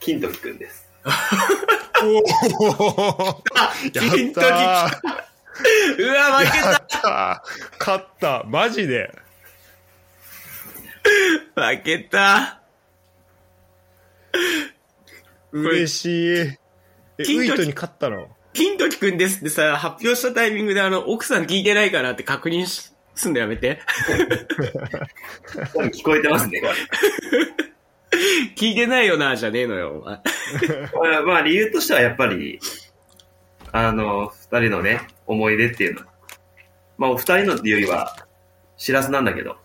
S2: 金時くんです。
S1: やったー
S3: うわ、負け
S1: やったー 勝ったマジで
S3: た負けた
S1: 嬉しい。え、ウ
S3: 金
S1: イ
S3: 時
S1: トに勝ったの
S3: 金時くんですってさ、発表したタイミングであの、奥さん聞いてないかなって確認しすんのやめて。
S2: 多分聞こえてますね。
S3: 聞いてないよな、じゃねえのよ、お前。
S2: まあ、まあ理由としてはやっぱり、あの、二人のね、思い出っていうの。まあ、お二人のっていうよりは、しらすなんだけど。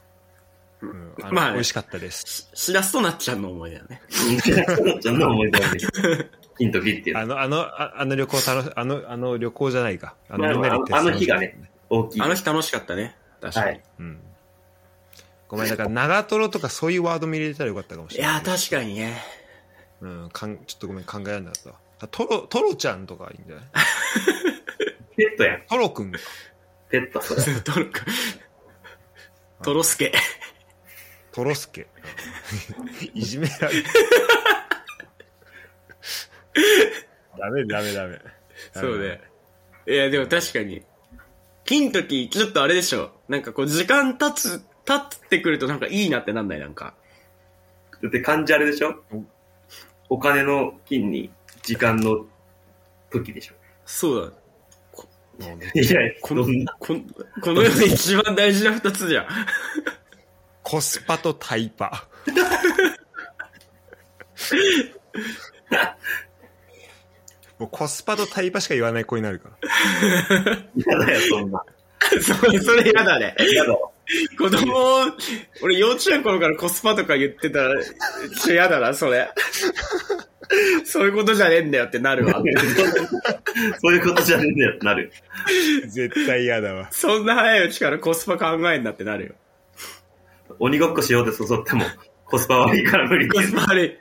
S1: う んあの
S3: まあね
S1: 美味しかったです。
S3: ししらすとなっちゃんの思いだよね。
S2: しらすのちゃんの思い出なんだけど。金時っていう
S1: あ
S2: の。
S1: の、あの、ああの旅行楽し、あの、あの旅行じゃないか。あ
S2: まあ
S1: の、みんなで行って
S2: あのあの日がね。大きい。
S3: あの日楽しかったね。確かに。、
S2: はいい。
S1: うん。ごめん、だから長瀞とかそういうワード見入れたらよかったかもしれない。
S3: や、確かにね。
S1: うん、かん、ちょっとごめん、考えられなかったわ。あトロ、トロちゃんとかいいんじゃない
S2: ペットやん。
S1: トロくんか。
S2: ペット、それ。
S3: トロ、 トロスケ。
S1: トロスケ。うんいじめられる。ダメ、ダメ、ダメ。
S3: そうね。いや、でも確かに。金時、ちょっとあれでしょ。なんかこう、時間経つ、経ってくるとなんかいいなってなんないなんか。
S2: だって漢字あれでしょ
S1: うん
S2: お金の金に時間の時でしょ。
S3: そうだ。
S1: ダメ。もうね
S2: いや、
S3: こ
S2: こ
S3: の
S2: の、
S3: こんこの世で一番大事な二つじゃん。
S1: コスパとタイ パ。もうコスパとタイパしか言わない子になるから。
S2: 嫌だよ、そんな。
S3: それ、それやだね。
S2: 嫌だわ。
S3: 子供、俺幼稚園頃からコスパとか言ってたら、ちょっとやだな、それ。そういうことじゃねえんだよってなるわ。
S2: そういうことじゃねえんだよってなる。
S1: 絶対嫌だわ。
S3: そんな早いうちからコスパ考えんなってなるよ。
S2: 鬼ごっこしようって誘っても、コスパ悪いから無理
S3: コスパ悪い。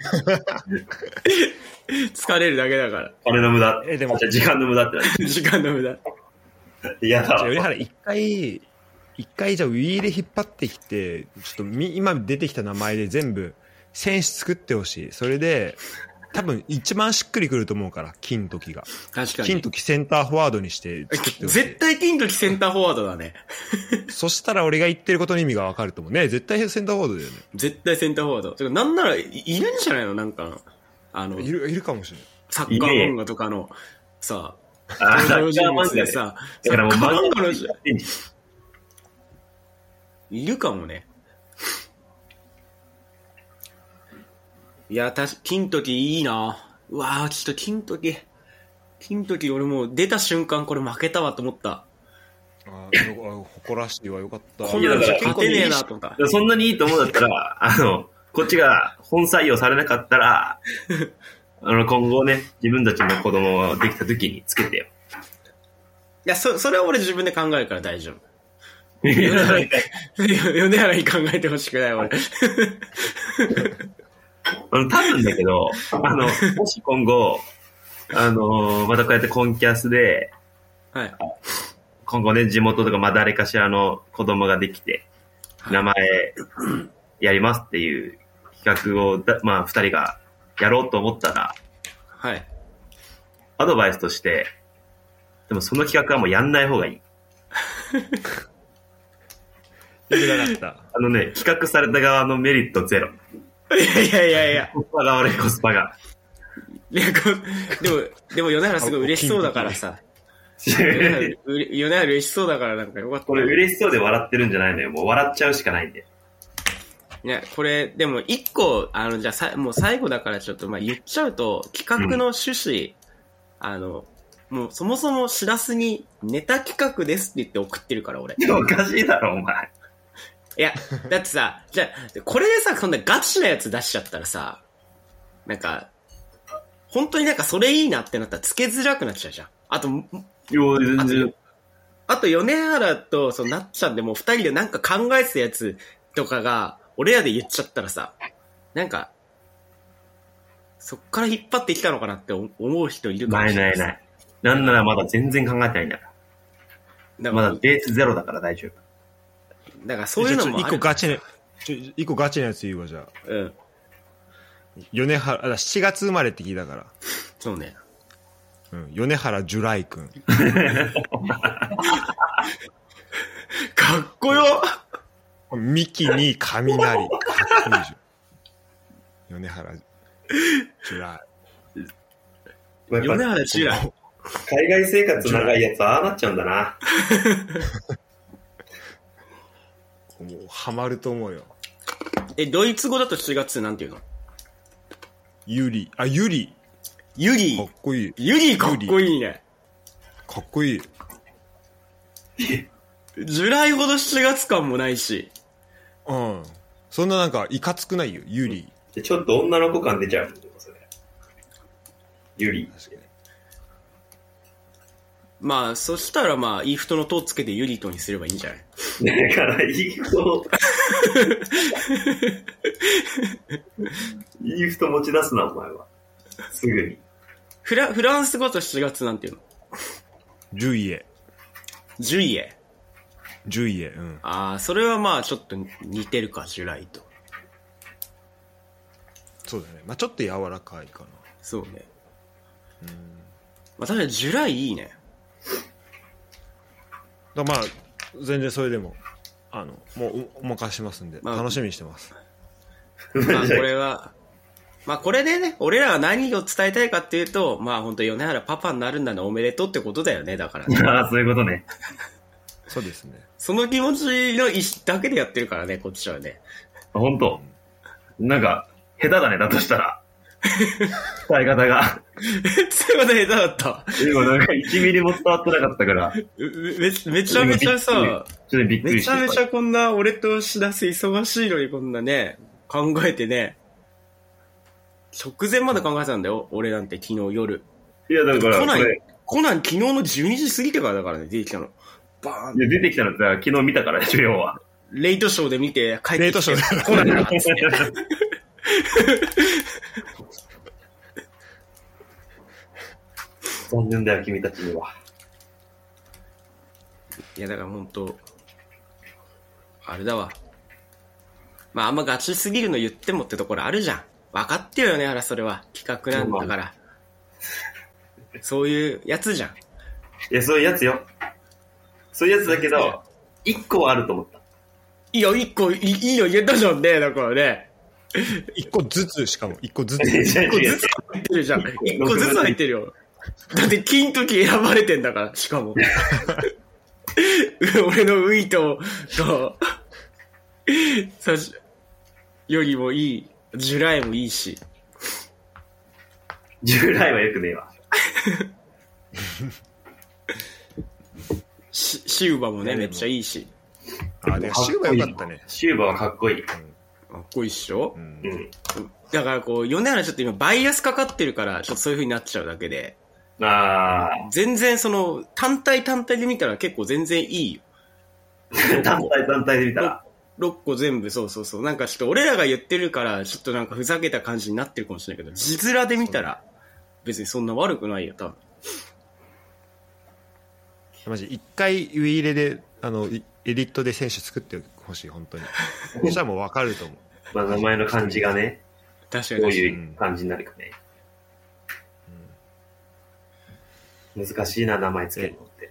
S3: 疲れるだけだから。
S2: 金の無駄。
S1: えでも
S2: じゃあ時間の無駄ってなる。
S3: 時間の無駄。
S2: 嫌だ
S1: じゃあ、上
S2: わ。
S1: 原一回、一回じゃあウィーで引っ張ってきて、ちょっとみ今出てきた名前で全部選手作ってほしい。それで、多分一番しっくりくると思うから、金時が。
S3: 確か
S1: 金
S3: に。
S1: 時センターフォワードにして作ってほし
S3: 絶
S1: い。
S3: 対金時センターフォワードだね。
S1: そしたら俺が言ってることの意味がわかると思うね。絶対センターフォワードだよね。
S3: 絶対センターフォワード。てかなんならい、いるんじゃないのなんか、あの、
S1: いる、いるかもしれない。
S3: サッカー漫画とかの、さ、
S2: あー、サ
S3: 登
S2: ッカー
S3: 場人物
S2: 漫
S3: で
S2: 画さ。
S3: さ、
S2: だからもう
S3: サッカー
S2: 漫
S3: 漫
S2: 画
S3: 画の
S2: でやってんじ
S3: いるかもね。いや、たし、金時いいな。うわぁ、ちょっと金時。金時俺もう出た瞬間これ負けたわと思った。
S1: あーよあ誇らしいわ、よかった。
S3: こん
S2: い
S3: な
S2: や
S3: の
S2: だから
S3: 勝てねえなと思った。
S2: ゃんそんなにいいと思うんだったら、あの、こっちが本採用されなかったら、あの、今後ね、自分たちの子供ができた時につけてよ。
S3: いや、そ、それは俺自分で考えるから大丈夫。 米原に考えてほしくない、俺。
S2: あの、多分だけど、あの、もし今後、あのまたこうやってコンキャスで、
S3: はい。
S2: 今後ね、地元とか、まあ、誰かしらの子供ができて、名前やりますっていう企画をだ、まあ、二人がやろうと思ったら、
S3: はい。
S2: アドバイスとして、でもその企画はもうやんない方がいい。
S1: 言ってなかった。
S2: あのね、企画された側のメリットゼロ。
S3: いやいやいや
S2: コスパが悪いコス パが。
S3: いや。こうでも、でも米原すごい嬉しそうだからさ。米原うれ米原嬉しそうだからなんかよかった。
S2: これ嬉しそうで笑ってるんじゃないのよ。もう笑っちゃうしかないんで。
S3: ね、これ、でも一個、あの、じゃあさ、もう最後だからちょっと、まあ言っちゃうと、企画の趣旨、あの、もうそもそも知らずに、ネタ企画ですって言って送ってるから、俺。
S2: おかしいだろ、お前。
S3: いや、だってさ、じゃあこれでさ、そんなガチなやつ出しちゃったらさ、なんか、本当になんかそれいいなってなったらつけづらくなっちゃうじゃん。あと、
S2: いや、全然。
S3: あと米原と、そのなっちゃんでもう二人でなんか考えてたやつとかが、俺らで言っちゃったらさ、なんか、そっから引っ張ってきたのかなって思う人いるかも
S2: な
S3: し
S2: いな
S3: れな
S2: いい
S3: です。
S2: ない。なんならまだ全然考えてないんだから。
S3: だか
S2: ま
S3: ら、
S2: だベースゼロだから大丈夫。
S3: だからそういうのも
S1: 一
S3: あ
S1: 個
S3: る。
S1: ガチな、ちょ一個ガチなやつ言うわ、じゃあ。
S3: うん。
S1: 米原、あ、7月生まれって聞いたから。
S3: そうね。
S1: うん、米原ジュライ君。
S3: かっ こよ
S1: ミキに雷。かっこいいじゃん。米原ジュラ
S2: やっぱ
S3: 米原千良。
S2: 海外生活長いやつはああなっちゃうんだな。
S1: イ。もうハマると思うよ。
S3: え、ドイツ語だと7月なんていうの
S1: ユリ。あ、ユリ。
S3: ユリ
S1: かっ。こいい。
S3: ユリかっこいいね。
S1: かっこいい。
S3: ジュライほど7月感もないし。
S1: うん。そんななんか、いかつくないよ、ユリ。
S2: ちょっと女の子感出ちゃう。それゆり。
S1: 確かに。
S3: まあ、そしたらまあ、イーフトの塔つけてユリトにすればいいんじゃない
S2: だから、いい人。いい人持ち出すな、お前は。すぐに。
S3: フラ、フランス語だと7月なんていうの
S1: ジュイエ。
S3: ジュイエ。
S1: ジュイエ。うん。
S3: ああ、それはまあ、ちょっと似てるか、ジュライと。
S1: そうだね。まあちょっと柔らかいかな。
S3: そうね。まあ、確かにジュライい いね。
S1: だからまあ全然それでも、あの、もうおお任せしますんで、
S3: まあ
S1: 楽しみにしてます。
S3: まあこれは、まあこれでね、俺らは何を伝えたいかっていうと、まあ本当米原パパになるんだね、おめでとうってことだよね、だからね。
S2: ああ、そういうことね。
S1: そうですね。
S3: その気持ちの意思だけでやってるからね、こっちはね。
S2: 本当なんか、下手だね、だとしたら。伝え方が。
S3: そういうこと下手だった。
S2: 今なんか1ミリも伝わってなかったから、ち
S3: め、めめちゃめちゃさ、
S2: ょっとびっく
S3: め
S2: りし
S3: ち
S2: て
S3: ゃめちゃこんな俺としらす忙しいのにこんなね、考えてね、直前まで考えてたんだよ、俺なんて昨日夜。
S2: いや、だから、
S3: コナン
S2: これ、
S3: コナン昨日の12時過ぎてからだからね、出てきたの。バーン
S2: いや出てきたのって昨日見たからでしょ、要は。
S3: レイトショーで見て帰ってきて
S1: レイトショーで
S3: コナンだ。
S2: 残念だよ、君たちには。
S3: いや、だから本当あれだわ。まあ、あんまガチすぎるの言ってもってところあるじゃん。分かってよよね、あら、それは。企画なんだから。そういうやつじゃん。
S2: いや、そういうやつよ。そういうやつだけど、一個はあると思った。
S3: いいよ、一個いい、いいよ、言えたじゃんね、だからね。
S1: 一個ずつ、しかも、一個ず
S2: 違う
S1: つ。
S3: 一個
S2: 違
S3: ず
S2: う
S3: つ入ってるじゃん。一個
S2: 個
S3: ずつ入ってるよ。だって、金時選ばれてんだから、しかも。 俺のウイトと、さし、よりもいい、ジュライもいいし。
S2: 従来はよくねえわ。
S3: シシウバもね、
S1: ね
S3: めっちゃいいし。
S1: あ、でも、シューバよかったね。
S2: シューバはかっこいい。
S3: かっこいいっしょ、
S1: うん
S2: う。ん。
S3: だからこう、米原ちょっと今バイアスかかってるから、ちょっとそういう風になっちゃうだけで、
S2: あ
S3: 全然その、単体単体で見たら結構全然いいよ。
S2: ー、単体単体で見たら。
S3: 6個全部、そうそうそう。なんかちょっと俺らが言ってるから、ちょっとなんかふざけた感じになってるかもしれないけど、字面で見たら、別にそんな悪くないよ、多分。
S1: マジ、一回、ウィーレで、あの、いエディットで選手作ってほしい、本 当に。そしたらもう分かると思う。
S2: まあ、名前の漢字がね、
S3: 確か
S2: どう
S3: に確かに。
S2: いう漢字になるかね。難しいな、名前つけるのって。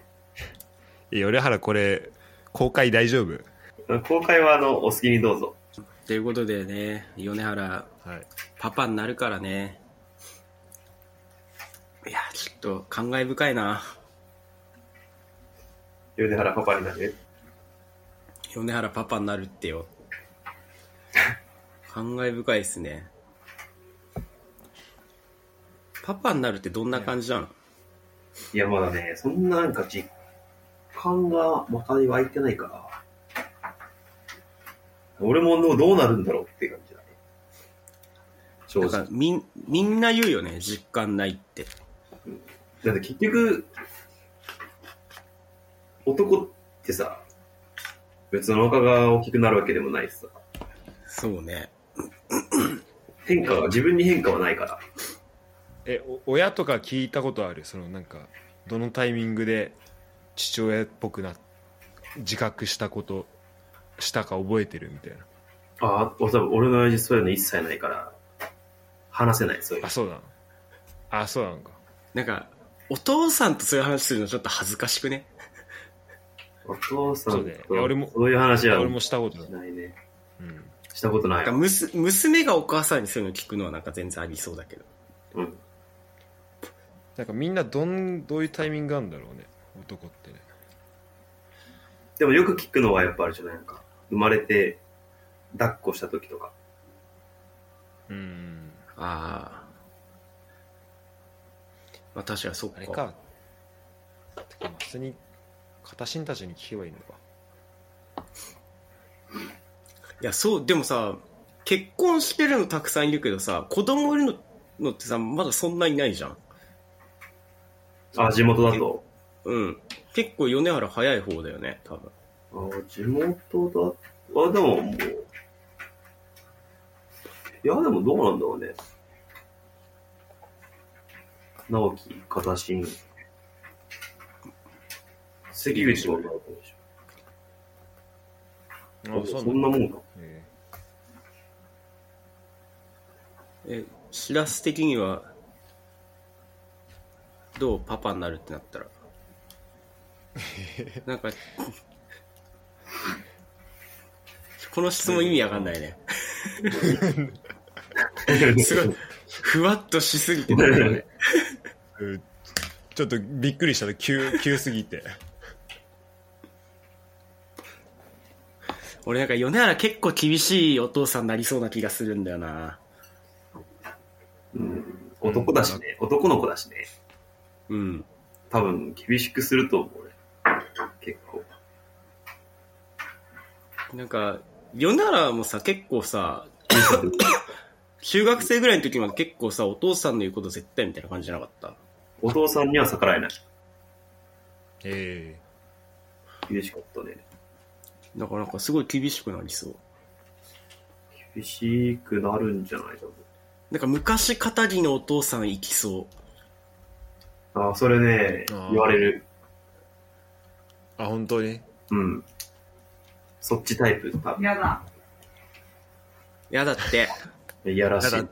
S1: いや、俺原これ、公開大丈夫
S2: 公開は、あの、お好きにどうぞ。
S3: ということでね、米原、
S1: はい。
S3: パパになるからね。いや、ちょっと感慨深いな。
S2: 米原パパになる。
S3: 米原パパになるっ てよ感慨深いですねパパになるってどんな感じなの
S2: いや、まだね、そんななんか実感がまかに湧いてないから。俺もどうどうなるんだろうっていう感じだね。正
S3: だ
S2: 直。
S3: からみんみんな言うよね実感ないって
S2: だって結局、男ってさ、別のお腹が大きくなるわけでもないしさ、
S3: そうね
S2: 変化は、自分に変化はないから。
S1: え、お親とか聞いたことあるその、なんか、どのタイミングで父親っぽくな、自覚したこと、したか覚えてるみたいな。
S2: ああ、多分俺の親父そういうの一切ないから、話せない、そういう
S1: あ、。そうなのあ、そうなのか。
S3: なんかお父さんとそういう話するのちょっと恥ずかしくね。
S2: お父さ
S1: そ
S2: ん
S1: うだよいや俺も
S2: と、そういう話は
S1: 俺もしたことない
S2: し、ないね。
S1: うん、
S2: したことな
S3: ないんか。むす娘がお母さんにそういうの聞くのはなんか全然ありそうだけど。
S2: うん。
S1: なんかみんなどんどういうタイミングあるんだろうね男ってね
S2: でもよく聞くのはやっぱあれじゃないのか。生まれて、抱っこした時とか。
S1: うん
S3: ああ。まあ確かにそう
S1: あ
S3: か。
S1: れかてか普通に片親たちに聞けばいいのか
S3: いや、そう、でもさ、結婚してるのたくさんいるけどさ、子供いるののってさ、まだそんなにないじゃん。
S2: あ、地元だと。
S3: うん。結構米原早い方だよね、多分。
S2: あ、地元だ。あ、でも、もう。いや、でもどうなんだろうね。直樹、片新。関口も直樹でしょあそんなも んか。
S1: え
S3: え、知らす的には、どうパパになるってなったら。なんか、この質問意味わかんないね。す ごい、ふわっとしすぎてたよね。
S1: えうんちょっとびっくりしたら急 急すぎて
S3: 俺なんか米原結構厳しいお父さんになりそうな気がするんだよな。
S2: うん男だしね、男の子だしね。
S3: うん。
S2: 多分、厳しくすると思う、俺。結構。
S3: なんか、米原もさ、結構さ、 中学生ぐらいの時まで結構さ、お父さんの言うこと絶対みたいな感じじゃなかった。
S2: お父さんには逆らえない。
S1: え
S2: 厳しかったね。
S3: だからなんかすごい厳しくなりそう。
S2: 厳しくなるんじゃないか
S3: なんか昔片木のお父さん行きそ
S2: な。あ、それね、
S1: あー
S2: 言われる。
S1: えあ本当に
S2: うん。そっちタイプ、多分。
S4: やだ。
S3: う。やだって。
S2: いやらしい
S1: や。だ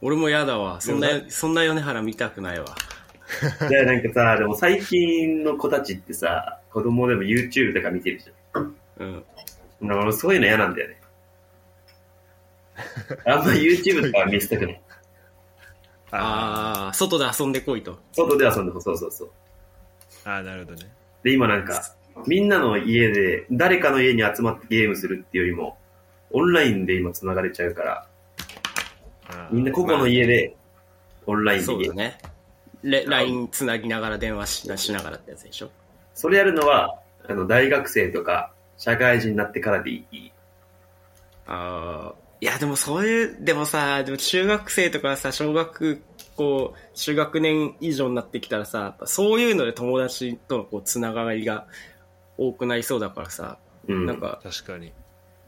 S3: 俺もやだわ。そんな
S1: でも、
S3: そんな米原見たくないわ。
S2: で、なんかさ、でも最近の子たちってさ、子供でも YouTube とか見てるじ
S3: うん。
S2: ゃん。だから俺そういうの嫌なんだ よね。あんま YouTube とかは見せたくない。
S3: ああ、外で遊んでこいと。
S2: 外で遊んでほそうそうそう。
S1: ーあーなるほどね
S2: で、今なんか、みんなの家で、誰かの家に集まってゲームするっていうよりも、オンラインで今繋がれちゃうから、
S1: あー
S2: みんな個々の家で、オンラインでゲー
S3: そ
S2: ム
S3: うだね。レ LINE つなぎながら電話しなしながらってやつでしょ。
S2: それやるのは、あの、大学生とか、社会人になってからでいい。
S3: ああ。いや、でもそういう、でもさ、でも中学生とかさ、小学校、中学年以上になってきたらさ、やっぱそういうので友達とのこう、つながりが多くなりそうだからさ、
S2: うん。
S3: なんか、
S1: 確かに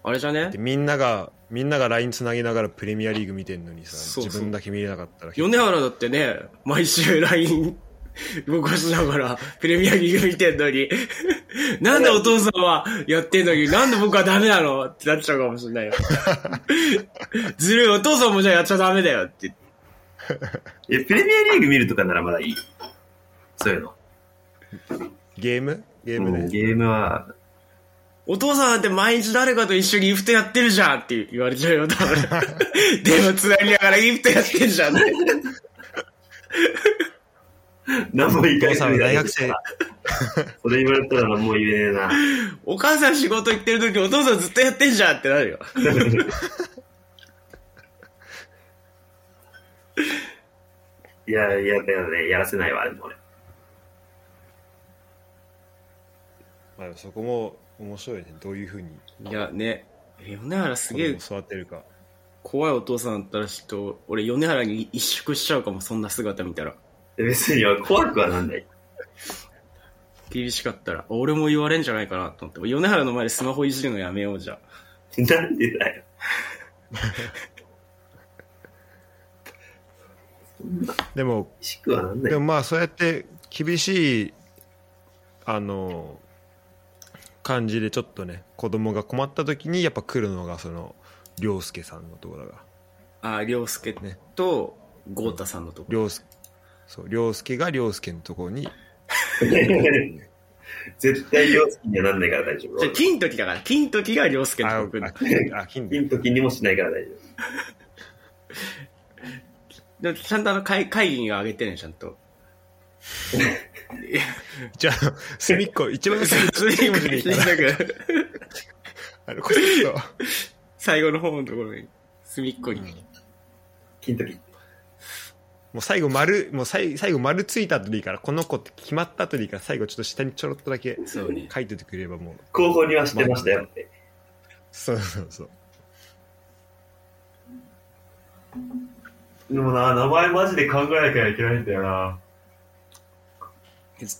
S3: あれじゃね
S1: でみんながみんなが LINE つなぎながらプレミアリーグ見てんのにさ
S3: そうそう
S1: 自分だけ見れなかったら
S3: 米原だってね、毎週 LINE 動かしながらプレミアリーグ見てんのに、なんでお父さんはやってんのに、なんで僕はダメなのってなっちゃうかもしれないよ。ずるい、お父さんもじゃあやっちゃダメだよって。
S2: え、プレミアリーグ見るとかならまだいい。そういうの。
S1: ゲームゲーム
S2: うん
S1: ね、
S2: ゲームは、
S3: お父さんだって毎日誰かと一緒にギフトやってるじゃんって言われちゃうよ、多分。電話繋ぎながらギフトやってるじゃんって。
S2: 何も言い
S1: お
S2: 返
S1: 父
S2: せ
S1: さん
S2: な。
S1: はい大学生。
S2: それ言われたら何も言えね
S3: お母さん仕事行ってる時お父さんずっとやってんじゃんってなるよ。
S2: えな。いや、いや、だよね。やらせないわ、でも俺。
S1: まあ、そこも面白いねどういうふうに
S3: いや、ね。米原す
S1: 子
S3: げ
S1: 供
S3: え
S1: を育てるか
S3: 怖いお父さんだったらちょっと、俺、米原に一縮しちゃうかも、そんな姿見たら。
S2: 別に俺怖くはなんない。
S3: 厳しかったら。俺も言われんじゃないかなと思って。米原の前でスマホいじるのやめようじゃ。
S2: なんでだよ。
S1: でも
S2: 厳しくはなんない
S1: で。もまあそうやって厳しいあの感じでちょっとね子供が困った時にやっぱ来るのがその涼介さんのところだが
S3: あー、りょうすけ
S1: ね
S3: と、豪太さんのところ。
S1: 涼介そう、凌介が凌介のところに、
S2: 絶対両好きにはなんないから大丈
S3: じゃ
S2: 夫。
S3: あ金時だから、金時が凌介
S1: あ、
S3: の
S1: あ
S3: とこに。
S1: あ、金
S2: 金時にもしないから大丈夫。
S3: でもちゃんとあの会会議には上げてね、ちゃ んと。
S1: じゃあ、隅っこ、一番隅っこ
S3: それ
S1: に
S3: に
S1: 文字でいいから、あの、こそこそ
S3: 最後の方のところに、隅っこに。
S2: 金時。
S1: もう最後丸、もう最最後丸ついた後でいいから、この子って決まった後でいいから、最後ちょっと下にちょろっとだけ
S3: そうね。
S1: 書いててくれればもう、
S2: 候補にはしてましたよって。
S1: そうそうそう。
S2: でもな、名前マジで考えなきゃいけないんだよな。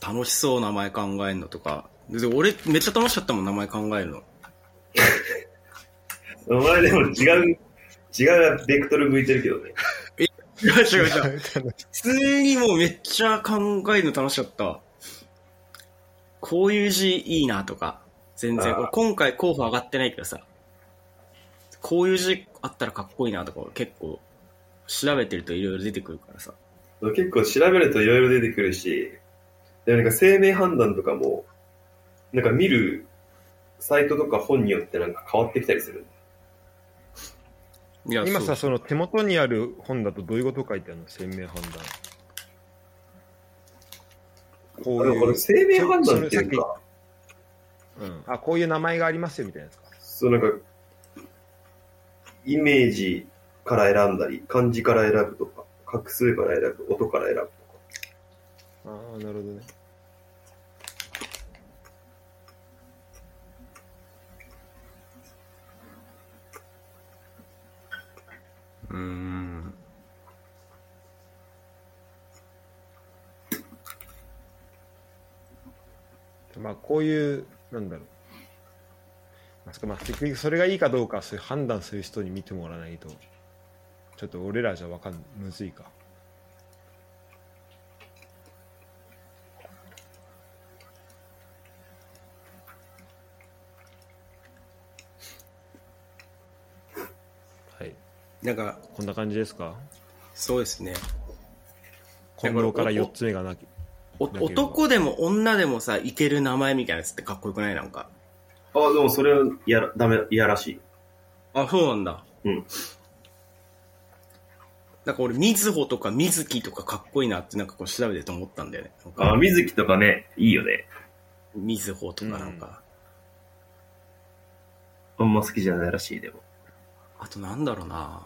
S3: 楽しそう、名前考えるのとか。で俺、めっちゃ楽しかったもん、名前考 えるの。
S2: 名前でも違う、違うベクトル向いてるけどね。
S3: 違う違う違う。普通にもうめっちゃ考えるの楽しかったわ。こういう字いいなとか、全然。
S2: あー
S3: 俺今回候補上がってないけどさ、こういう字あったらかっこいいなとか結構調べてるといろいろ出てくるからさ。
S2: 結構調べるといろいろ出てくるし、でもなんか生命判断とかも、なんか見るサイトとか本によってなんか変わってきたりする。
S3: いや
S1: 今
S3: そう
S1: さ、その手元にある本だとどういうこと書いてあるの鮮明判断。こう
S2: あでもこ
S1: い
S2: れ
S1: う、
S2: 生命判断ってい
S1: そうれさ
S2: か、
S1: うん、あ、こういう名前がありますよみたいなやつか。
S2: そうなんか、イメージから選んだり、漢字から選ぶとか、画数から選ぶ、音から選ぶとか。
S1: ああ、なるほどね。
S3: うーん。
S1: まあ、こういう、なんだろう。まあそっか、まあ、結局それがいいかどうか、そういう判断する人に見てもらわないと、ちょっと俺らじゃわかん、むずいか。はい。
S3: なんか、
S1: こんな感じですか
S3: そうですね。
S1: 近藤から4つ目がなき。
S3: お男でも女でもさ、いける名前みたいなやつってかっこよくないなんか。
S2: あ、でもそれはやら、ダメ、いやらしい。
S3: あ、そうなんだ。
S2: うん。
S3: なんか俺、みずほとかみずきとかかっこいいなってなんかこう調べてて思ったんだよね。なんか
S2: あ、水木とかね、いいよね。
S3: みずほとかなんか。
S2: あんま好きじゃないらしい、でも。
S3: あとなんだろうな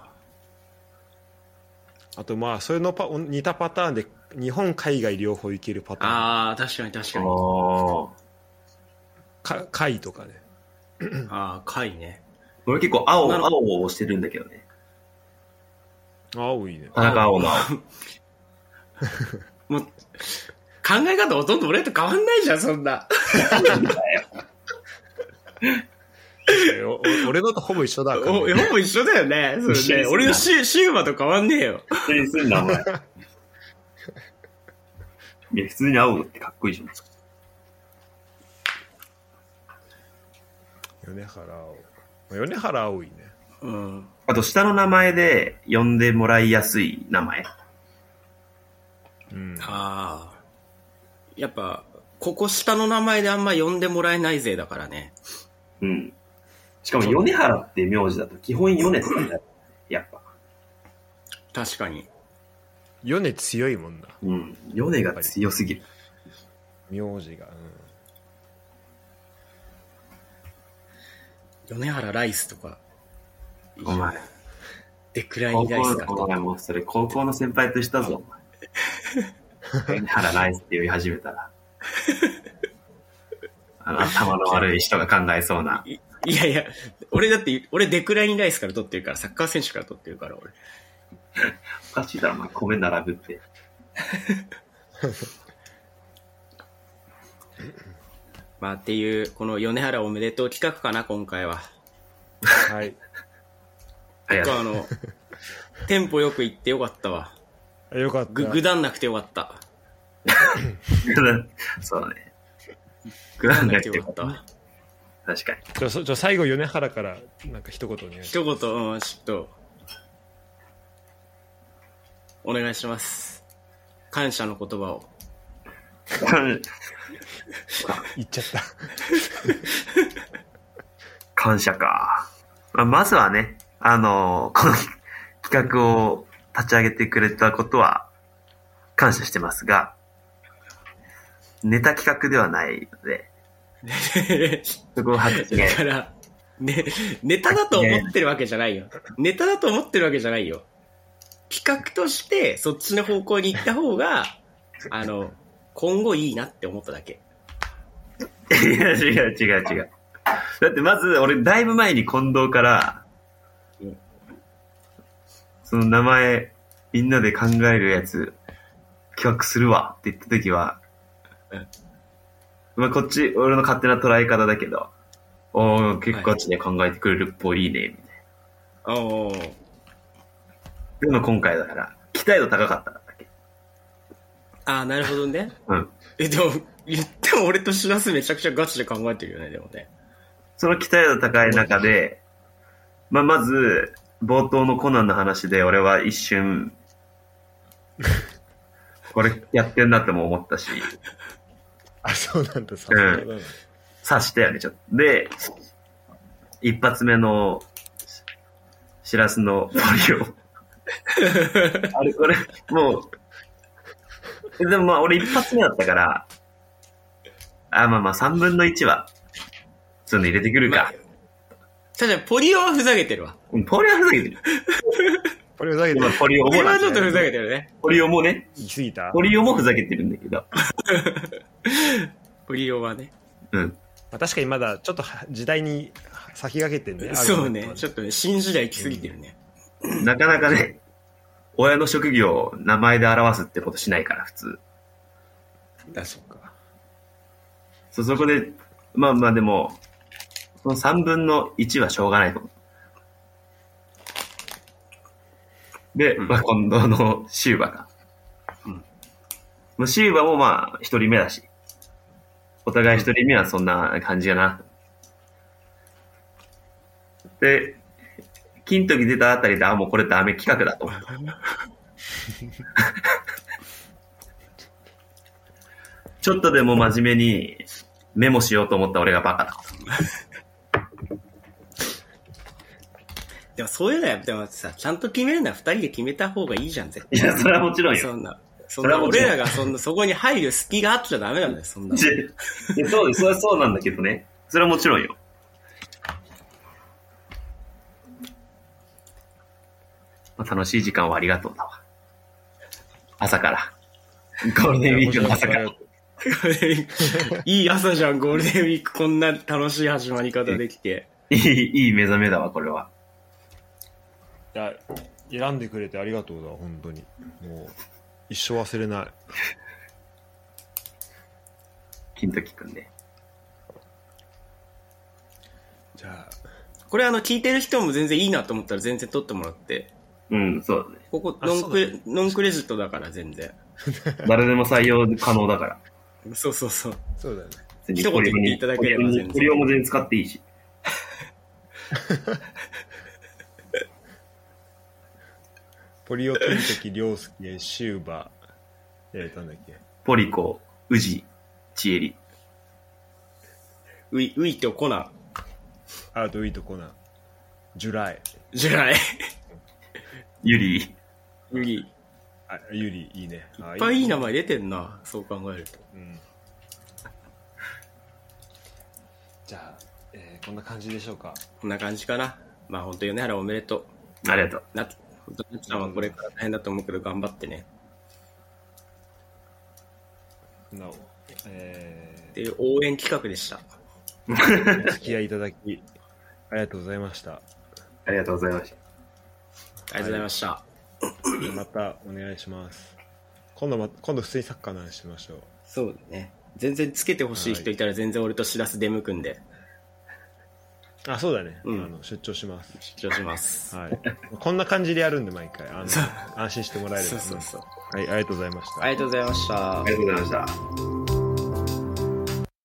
S1: あとまあ、それのパ似たパターンで、日本、海外両方いけるパターン。
S3: あー、確かに確かに。
S2: ああ。
S1: か貝とかね
S3: あー、かいね。
S2: 俺結構青、
S3: なるほ
S2: 青を押してるんだけどね。
S1: 青いね
S2: 田中 青の青。
S3: もう、考え方ほとんど俺と変わんないじゃん、そんな。
S1: えおお俺のとほぼ一緒だからね、
S3: お、ほぼ一緒だよね。それ
S2: 一
S3: ね
S2: 緒ですね
S3: 俺のシュシューマと変わんねえよ。
S2: 普通にすんな、お 前。いや、普通に青ってかっこいいじゃん。
S1: 米原青米原青いね
S3: うん。
S2: あと、下の名前で呼んでもらいやすい名前。
S1: うん
S3: ああ。やっぱ、ここ下の名前であんま呼んでもらえない勢だからね。
S2: うん。しかも、米原って名字だと、基本米とかになる。 やっぱ。
S3: 確かに。
S1: 米強いもんな
S2: うん。米が強すぎる。
S1: 名字が、うん
S3: 米原ライスとか。
S2: お前、
S3: デクライ
S2: 高
S3: ンライ
S2: 校
S3: スか
S2: の、
S3: と
S2: お前
S3: か。
S2: もうそれ高校の先輩としたぞ、お 前。米原ライスって呼び始めたら。あの、頭の悪い人が考えそうな。
S3: いいやいや、俺だって、俺デクラインライスから取ってるから、サッカー選手から取ってるから、俺。
S2: おかしいだろ、お前、米並ぶって。
S3: まあっていう、この米原おめでとう企画かな、今回は。
S1: はい
S2: ありが
S3: 僕
S2: とう
S3: はあの、テンポよく行ってよかったわ。
S1: あよかった
S3: ぐ、ぐだんなくてよかった。
S2: そうだね。グラン
S3: な
S2: が
S3: くて
S2: って
S3: よか
S2: こ
S3: っ
S2: と
S3: たわ。
S2: 確かに。
S1: じゃあそじゃあ最後米原からなんか一言お願いし
S3: 一言、うん、ちょっと、お願いします。感謝の言葉を。
S2: 感
S1: 言っちゃった。
S2: 感謝か。まあまずはね、あの、 この企画を立ち上げてくれたことは感謝してますが、ネタ企画ではないので、そこを発言
S3: だ。から、ね、ネタだと思ってるわけじゃないよ。ネタだと思ってるわけじゃないよ。企画として、そっちの方向に行った方が、あの、今後いいなって思っただけ。
S2: いや、違う違う違う。だってまず、俺、だいぶ前に近藤から
S3: うん、
S2: その名前、みんなで考えるやつ、企画するわって言った時は
S3: うん、
S2: まあ、こっち、俺の勝手な捉え方だけど、おお結構あっちで考えてくれるっぽい、いいね、みたいな。
S3: おー
S2: っていうの今回だから、期待度高かっただけ。
S3: ああ、なるほどね。
S2: うん。
S3: え、でも、言っても俺とシラスめちゃくちゃガチで考えてるよね、でもね。
S2: その期待度高い中で、まあ、まず、冒頭のコナンの話で俺は一 瞬、これやってんなっても思ったし、
S1: あ、そうなんだ、さすがだな。
S2: 察したよね、ちょっと。で、一発目の、しらすのポリ オ。あれ、これ、もう、でもまあ俺一発目だったから、あ、まあまあ三分の一は、そういうの入れてくる
S3: ま
S2: か
S3: あ。ただ、ポリオはふざけてるわ。
S2: うんポリオはふざけてる。
S1: これふざけて
S2: まあ、ポリオ
S3: ポ
S2: も
S3: リオ
S2: な
S3: は
S2: んだ
S3: ちょ
S2: よ
S3: っとふざけてるね。
S2: ポリオもね、
S1: 行き過ぎた
S2: ポリオもふざけてるんだけど。
S3: ポリオはね。
S2: うん。
S1: まあ、確かにまだちょっとは時代に先駆けてんね。
S3: そうね。ちょ
S1: っ
S3: っとね、新時代行き過ぎてるね。
S2: なかなかね、親の職業を名前で表すってことしないから、普通。
S3: あ、そっか。
S2: そ、そこで、まあまあでも、その3分の1はしょうがないと思う。で、
S3: うん
S2: まあ今度のシューバか。
S3: うん
S2: まあシューバもまあ一人目だし、お互い一人目はそんな感じやな。で、金時出たあたりで、あ、もうこれダメ企画だと 思った。ちょっとでも真面目にメモしようと思った俺がバカだ。
S3: でもそういうのは、でもさ、ちゃんと決めるのは二人で決めた方がいいじゃん、絶対。
S2: いや、それはもちろんよ。
S3: そんな。
S2: そ
S3: そん
S2: れは
S3: な、
S2: もちろ
S3: 俺
S2: ん
S3: らがそんな、そこに入る隙があっちゃダメなんだよ、そんなの。
S2: いやそうです、それはそうなんだけどね。それはもちろんよ。まあ、楽しい時間をありがとうだわ。朝から。ゴールデンウィークの朝から。
S3: いい朝じゃん、ゴールデンウィーク。こんな楽しい始まり方できて。
S2: いい、いい目覚めだわ、これは。
S1: いや、選んでくれてありがとうだわ、本当に。もう、一生忘れない。
S2: 金時くんね。
S1: じゃあ、
S3: これあの、聞いてる人も全然いいなと思ったら全然撮ってもらって。
S2: うん、そうだね。
S3: ここ、
S1: あ
S3: ノン
S1: そ
S3: ク、
S1: うだね
S3: ノンクレジットだから、全然。
S2: 誰でも採用可能だから。
S3: そうそうそう。
S1: そうだよね。
S2: 別に
S3: 一言言っていただければ
S2: ポリオに
S3: 全然
S2: ポリオも全然使っていいし。
S1: ポリオ、トンテキ、リョウスケ、シューバー、えー、なんだっけ。
S2: ポリコ、ウジ、チエリ。
S3: ウイ、ウイとコナン。
S1: アートウィート、コナン、ジュライ、
S3: じゃない。
S2: ユリー。
S3: ウイ。いっ
S1: あユリ、いいね。いっ
S3: ぱいいい名。前出てんな、そう考えると。
S1: うんじゃあ、えーこんな感じでしょうか。
S3: こんな感じかな。まあ本当米原おめでと
S2: ありがとう。
S3: う。な、本当なっちゃんはこれから大変だと思うけど頑張ってね。
S1: なお、え
S3: っていう応援企画でした。
S1: ー、お付き合いいただき、ありがとうございました。
S2: ありがとうございました。
S3: ありがとうございました。
S1: またお願いします。今度ま、今度普通にサッカーの話しましょう。
S3: そうだね。全然つけてほしい人いたら全然俺としらす出向くんで、
S1: あ、そうだね。
S3: うん
S1: あの出張します。
S3: 出張します。
S1: はい。 こんな感じでやるんで、毎回。あの
S3: そう、
S1: 安心してもらえれば。
S3: そうそうそう。
S1: うんはい、ありがとうございました。
S3: ありがとうございました
S2: あ。りがとうございました。